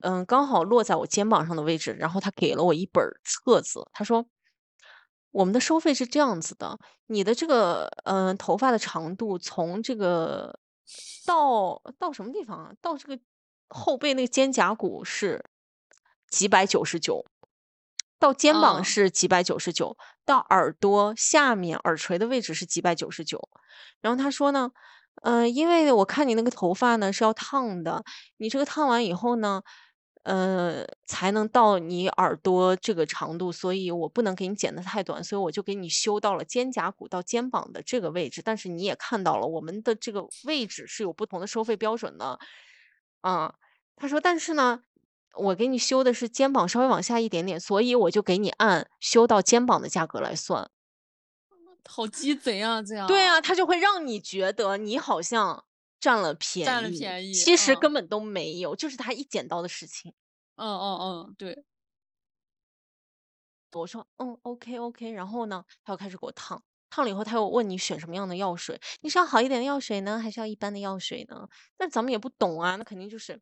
B: 嗯，刚好落在我肩膀上的位置，然后他给了我一本儿册子，他说。我们的收费是这样子的，你的这个嗯、呃头发的长度从这个到到什么地方啊？到这个后背那个肩胛骨是几百九十九，到肩膀
A: 啊
B: 是几百九十九，到耳朵下面耳垂的位置是几百九十九。然后他说呢，呃嗯、因为我看你那个头发呢是要烫的，你这个烫完以后呢。呃，才能到你耳朵这个长度，所以我不能给你剪得太短，所以我就给你修到了肩胛骨到肩膀的这个位置。但是你也看到了，我们的这个位置是有不同的收费标准的，啊、他说，但是呢，我给你修的是肩膀稍微往下一点点，所以我就给你按修到肩膀的价格来算。
A: 好鸡贼啊！这样
B: 对啊，，他就会让你觉得你好像占了便宜，
A: 占了便宜
B: 其实
A: 嗯
B: 根本都没有，就是他一剪刀的事情。
A: 嗯嗯嗯，对，
B: 我说嗯，OK OK，然后呢，他又开始给我烫，烫了以后他又问你选什么样的药水，你是要好一点的药水呢，还是要一般的药水呢？但咱们也不懂啊，那肯定就是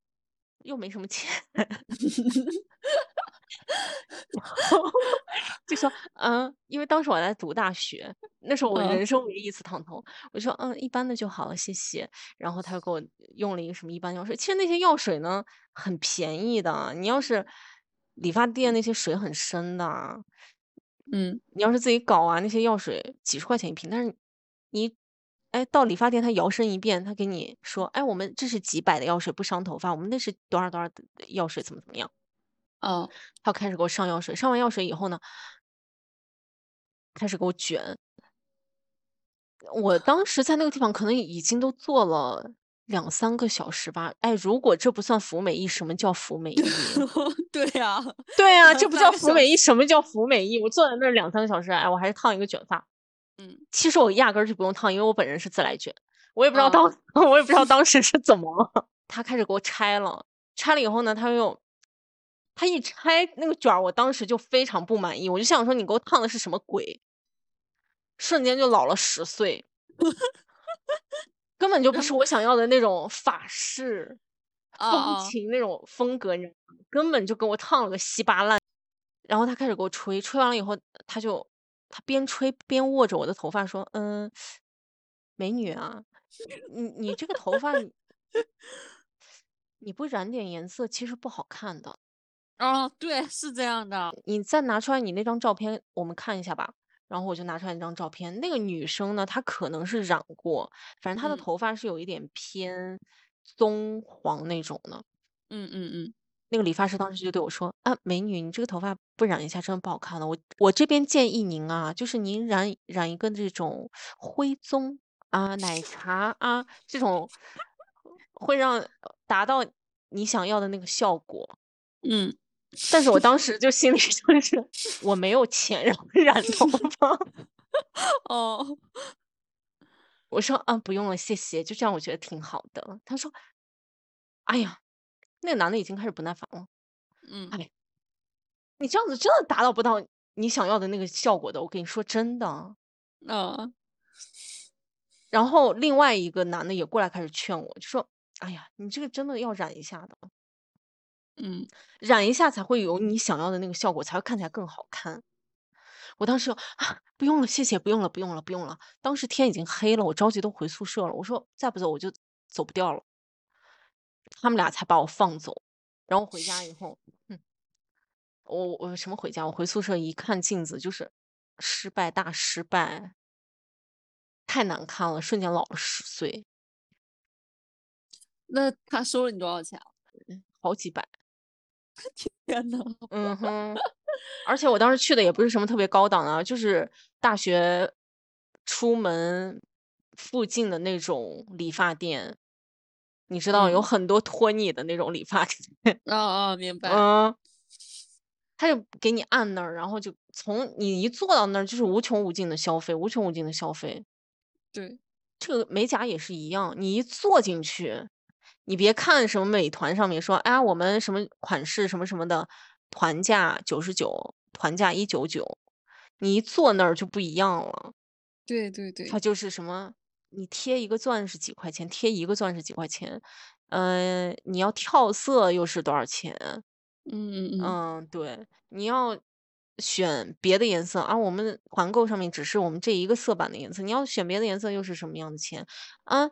B: 又没什么钱， 就说嗯，因为当时我还在读大学，那时候我
A: 嗯
B: 人生唯一一次烫头，我说嗯，一般的就好了，谢谢。然后他又给我用了一个什么一般药水，其实那些药水呢很便宜的，你要是理发店那些水很深的。啊
A: 嗯，
B: 你要是自己搞啊，那些药水几十块钱一瓶，但是你，哎，到理发店他摇身一变，他给你说，哎，我们这是几百的药水不伤头发，我们那是多少多少的药水怎么怎么样，
A: 哦，
B: 他开始给我上药水，上完药水以后呢，开始给我卷。我当时在那个地方可能已经都坐了两三个小时吧，哎，如果这不算服美役，什么叫服美役？
A: 对呀、
B: 对啊，
A: 两
B: 这不
A: 三
B: 叫
A: 个
B: 服
A: 小
B: 美役，什么叫服美役？我坐在那儿两三个小时，哎，我还是烫一个卷发。
A: 嗯，
B: 其实我压根儿就不用烫，因为我本人是自来卷，我也不知道
A: 嗯
B: 当， 我也不知 道当时是怎么了。 他开始给我拆了，拆了以后呢，他又，他一拆那个卷儿，我当时就非常不满意，我就想说你给我烫的是什么鬼？瞬间就老了 十岁，根本就不是我想要的那种法式
A: 啊
B: 风情那种风格，你知道吗？根本就给我烫了个稀巴烂。然后他开始给我吹，吹完了以后，他就他边吹边握着我的头发说：“嗯，美女啊，你你这个头发你你不染点颜色其实不好看的，
A: 啊，对，是这样的，
B: 你再拿出来你那张照片，我们看一下吧。”然后我就拿出来一张照片，那个女生呢，她可能是染过，反正她
A: 嗯
B: 的头发是有一点偏棕黄那种的。
A: 嗯嗯嗯，
B: 那个理发师当时就对我说：“啊，美女，你这个头发不染一下真的不好看了。我我这边建议您啊，就是您染染一个这种灰棕啊、奶茶啊这种，会让达到你想要的那个效果。”
A: 嗯，
B: 但是我当时就心里就是 我没有钱让我染头发，
A: 哦，
B: 我说啊不用了，谢谢，就这样我觉得挺好的。他说：“哎呀，那个男的已经开始不耐烦了。”
A: 嗯
B: 哎你这样子真的达到不到你想要的那个效果的，我跟你说真的。
A: 啊，
B: 然后另外一个男的也过来开始劝我，就说：“哎呀，你这个真的要染一下的，
A: 嗯
B: 染一下才会有你想要的那个效果，才会看起来更好看。”我当时就啊，不用了，谢谢，不用了，不用了，不用了。当时天已经黑了，我着急都回宿舍了。我说再不走我就走不掉了。他们俩才把我放走，然后回家以后，嗯，我我什么回家？我回宿舍一看镜子，就是失败大失败，太难看了，瞬间老了十岁，
A: 那他收了你多少钱啊？
B: 好几百。
A: 天 呐，
B: 嗯哼， 而且我当时去的也不是什么特别高档的啊，就是大学出门附近的那种理发店，你知道有
A: 嗯
B: 很多托尼的那种理发店，
A: 啊啊，明白，
B: 嗯，他就给你按那儿，然后就从你一坐到那儿就是无穷无尽的消费，无穷无尽的消费。
A: 对，
B: 这个美甲也是一样，你一坐进去，你别看什么美团上面说，哎，我们什么款式什么什么的，团价九十九，团价一九九，你一坐那儿就不一样了，
A: 对对对
B: 它，就是什么，你贴一个钻是几块钱，贴一个钻是几块钱，嗯、你要跳色又是多少钱？
A: 嗯嗯嗯，
B: 嗯，对，你要选别的颜色啊。我们团购上面只是我们这一个色板的颜色，你要选别的颜色又是什么样的钱啊？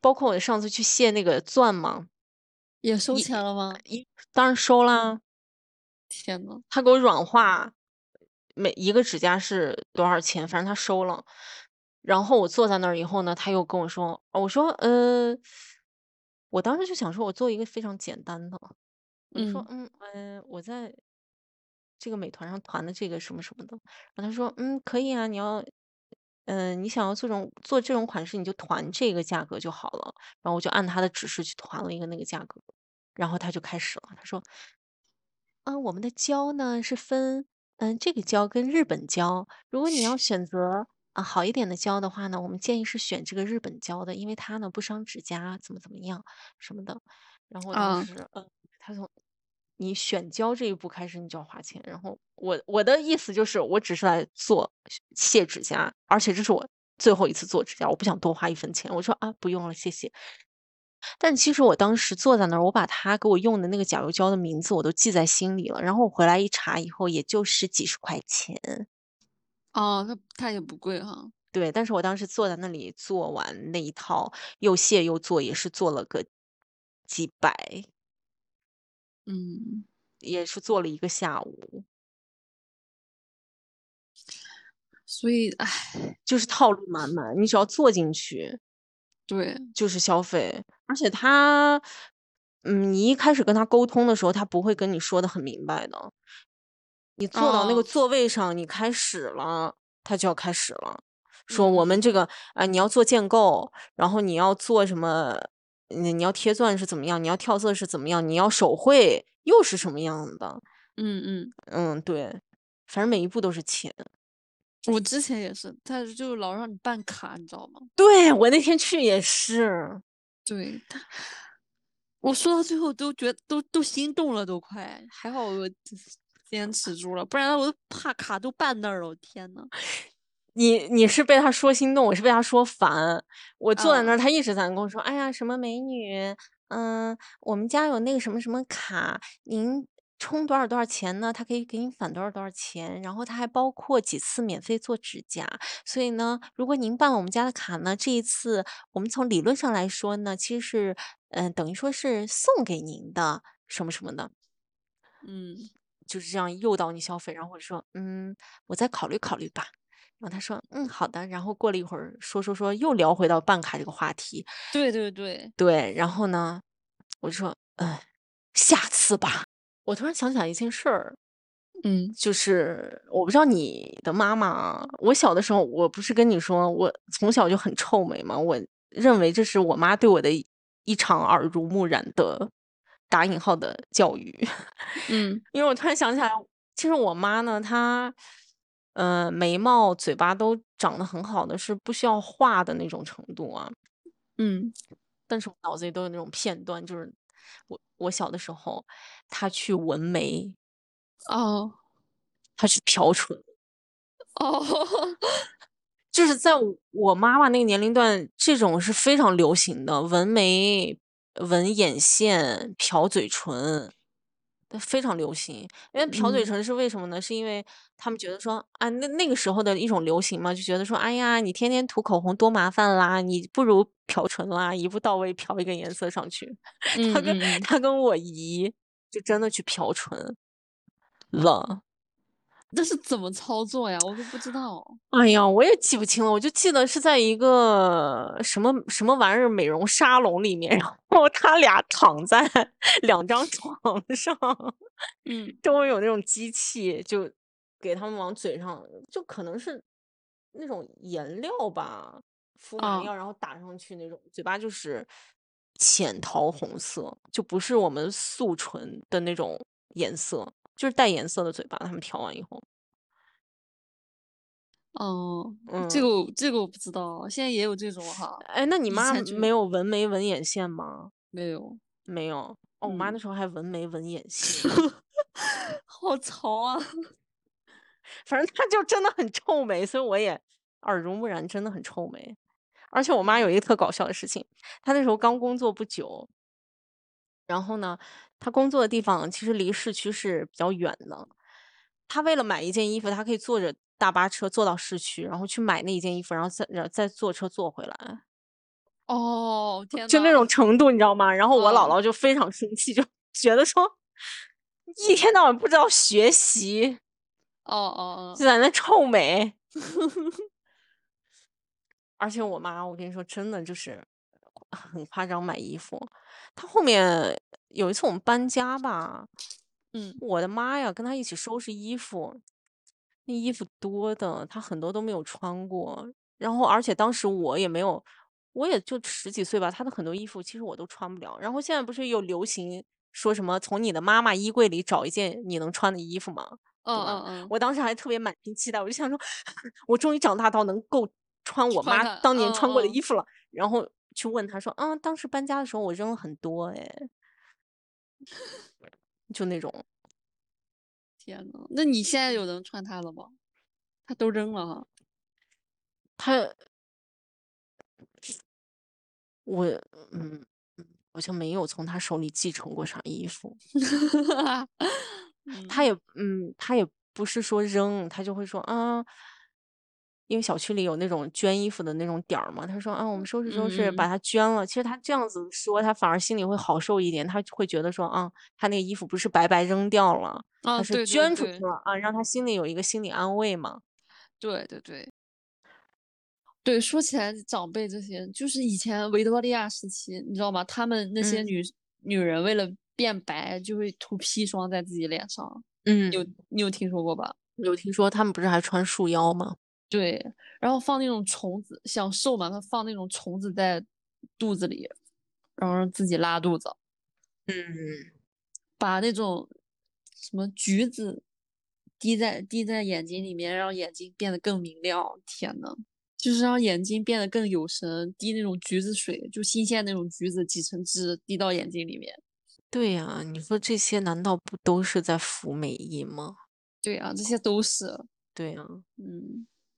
B: 包括我上次去卸那个钻嘛，
A: 也收
B: 一
A: 钱了吗？
B: 一当然收啦，
A: 天呐，
B: 他给我软化，每一个指甲是多少钱，反正他收了。然后我坐在那儿以后呢，他又跟我说，我说呃，我当时就想说我做一个非常简单的，我就说，嗯嗯、呃，我在这个美团上团的这个什么什么的。然后他说，嗯，可以啊，你要，嗯、你想要做这种做这种款式，你就团这个价格就好了。然后我就按他的指示去团了一个那个价格，然后他就开始了，他说，嗯，我们的胶呢是分，嗯，这个胶跟日本胶，如果你要选择啊好一点的胶的话呢，我们建议是选这个日本胶的，因为它呢不伤指甲，怎么怎么样什么的。然后我当
A: 啊
B: 时，嗯，他从你选胶这一步开始，你就要花钱。然后我我的意思就是，我只是来做卸指甲，而且这是我最后一次做指甲，我不想多花一分钱。我说啊，不用了，谢谢。但其实我当时坐在那儿，我把他给我用的那个甲油胶的名字我都记在心里了。然后我回来一查以后，也就是几十块钱。
A: 哦，它它也不贵哈。
B: 对，但是我当时坐在那里做完那一套，又卸又做，也是做了个几百，
A: 嗯，
B: 也是做了一个下午，
A: 所以唉，
B: 就是套路满满。你只要做进去，
A: 对，
B: 就是消费，而且他，嗯，你一开始跟他沟通的时候，他不会跟你说的很明白的。你坐到那个
A: 哦，
B: 座位上，你开始了，他就要开始了，说我们
A: 嗯
B: 这个啊、你要做建构，然后你要做什么，你你要贴钻是怎么样，你要跳色是怎么样，你要手绘又是什么样的，
A: 嗯嗯，
B: 嗯，对，反正每一步都是钱。
A: 我之前也是，他就老让你办卡，你知道吗？
B: 对我那天去也是，
A: 对他，我说到最后都觉得都都心动了，都快，还好我坚持住了，不然我都怕卡都办那儿了，我天呐。
B: 你你是被他说心动，我是被他说烦。我坐在那儿，
A: 啊，
B: 他一直在那跟我说：“哎呀，什么美女，嗯，我们家有那个什么什么卡，您充多少多少钱呢？他可以给你返多少多少钱，然后他还包括几次免费做指甲。所以呢，如果您办了我们家的卡呢，这一次我们从理论上来说呢，其实是嗯、呃等于说是送给您的什么什么的。”
A: 嗯，
B: 就是这样诱导你消费，然后我说，嗯，我再考虑考虑吧。然后他说，嗯，好的。然后过了一会儿，说说说，又聊回到办卡这个话题。
A: 对对对，
B: 对，然后呢，我就说，嗯，下次吧。我突然想起来一件事儿，
A: 嗯
B: 就是我不知道你的妈妈啊，我小的时候，我不是跟你说，我从小就很臭美嘛，我认为这是我妈对我的一一场耳濡目染的打引号的教育，
A: 嗯
B: 因为我突然想起来，其实我妈呢，她呃眉毛、嘴巴都长得很好的，是不需要画的那种程度啊，
A: 嗯，
B: 但是我脑子里都有那种片段，就是我我小的时候，她去纹眉，
A: 哦
B: 她去漂唇。
A: 哦，
B: 就是在我我妈妈那个年龄段，这种是非常流行的，纹眉、纹眼线、漂嘴唇，都非常流行。因为漂
A: 嗯
B: 嘴唇是为什么呢？是因为他们觉得说啊，那那个时候的一种流行嘛，就觉得说，哎呀，你天天涂口红多麻烦啦，你不如漂唇啦，一步到位漂一个颜色上去。 他
A: 嗯
B: 跟
A: 嗯嗯，
B: 他跟我姨就真的去漂唇了。
A: 那是怎么操作呀？我都不知道。
B: 哎呀，我也记不清了，我就记得是在一个什么什么玩意儿美容沙龙里面， 然后他俩躺在 两张床上，
A: 嗯
B: 周围有那种机器，就给他们往嘴上，就可能是那种颜料吧，敷麻
A: 啊
B: 药然后打上去那种，嘴巴就是浅桃红色，就不是我们素唇的那种颜色，就是带颜色的嘴巴，他们调完以后，
A: 哦，这
B: 嗯。
A: 个我这个我不知道，现在也有这种哈，
B: 哎，那你
A: 以
B: 妈
A: 前就
B: 没有纹眉纹眼线吗？
A: 没有。
B: 没有。哦，我妈那
A: 嗯，
B: 时候还纹眉纹眼线，
A: 好潮啊！
B: 反正她就真的很臭美，所以我也耳濡目染，真的很臭美。而且我妈有一个特搞笑的事情，她那时候刚工作不久，然后呢，她工作的地方其实离市区是比较远的。她为了买一件衣服，她可以坐着大巴车坐到市区，然后去买那一件衣服，然后再然后再坐车坐回来。
A: 哦，天
B: 就那
A: 呐，
B: 种程度，你知道吗？然后我姥
A: 嗯
B: 姥就非常生气，就觉得说一天到晚不知道学习，
A: 哦哦
B: 就在那臭美。 而且我妈，我跟你说，真的就是很夸张买衣服。他后面有一次我们搬家吧，
A: 嗯，
B: 我的妈呀，跟他一起收拾衣服，那衣服多的，他很多都没有穿过。然后，而且当时我也没有，我也就十几岁吧，他的很多衣服其实我都穿不了。然后现在不是又流行说什么从你的妈妈衣柜里找一件你能穿的衣服吗？
A: 嗯
B: 对吧？
A: 嗯 嗯，
B: 我当时还特别满心期待，我就想说，我终于长大到能够穿我
A: 穿
B: 妈
A: 它
B: 当年
A: 嗯
B: 穿过的
A: 嗯
B: 衣服了。然后去问他说，啊，当时搬家的时候我扔了很多，哎，就那种。
A: 天呐，那你现在有人穿它了吗？它都扔了哈。
B: 他我嗯，嗯好像没有从他手里继承过啥衣服。他
A: 嗯
B: 也嗯，他也不是说扔，他就会说啊，因为小区里有那种捐衣服的那种点儿嘛，他说啊，我们收拾收拾，把
A: 嗯
B: 它捐了。其实他这样子说，他反而心里会好受一点，他会觉得说啊，他那个衣服不是白白扔掉了，
A: 啊，
B: 他是
A: 对对
B: 捐出去
A: 对
B: 了啊，让他心里有一个心理安慰嘛。
A: 对对对对，说起来长辈这些，就是以前维多利亚时期，你知道吗？他们那些
B: 嗯
A: 女女人为了变白，就会涂砒霜在自己脸上，你有
B: 嗯，
A: 你有听说过吧？
B: 有听说他们不是还穿束腰吗？
A: 对，然后放那种虫子，想瘦嘛，他放那种虫子在肚子里，然后让自己拉肚子，
B: 嗯，
A: 把那种什么橘子滴在滴在眼睛里面，让眼睛变得更明亮。天呐，就是让眼睛变得更有神，滴那种橘子水，就新鲜那种橘子挤成汁滴到眼睛里面。
B: 对呀，你说这些难道不都是在服美役吗？
A: 对啊，这些都是，
B: 对呀。
A: 嗯。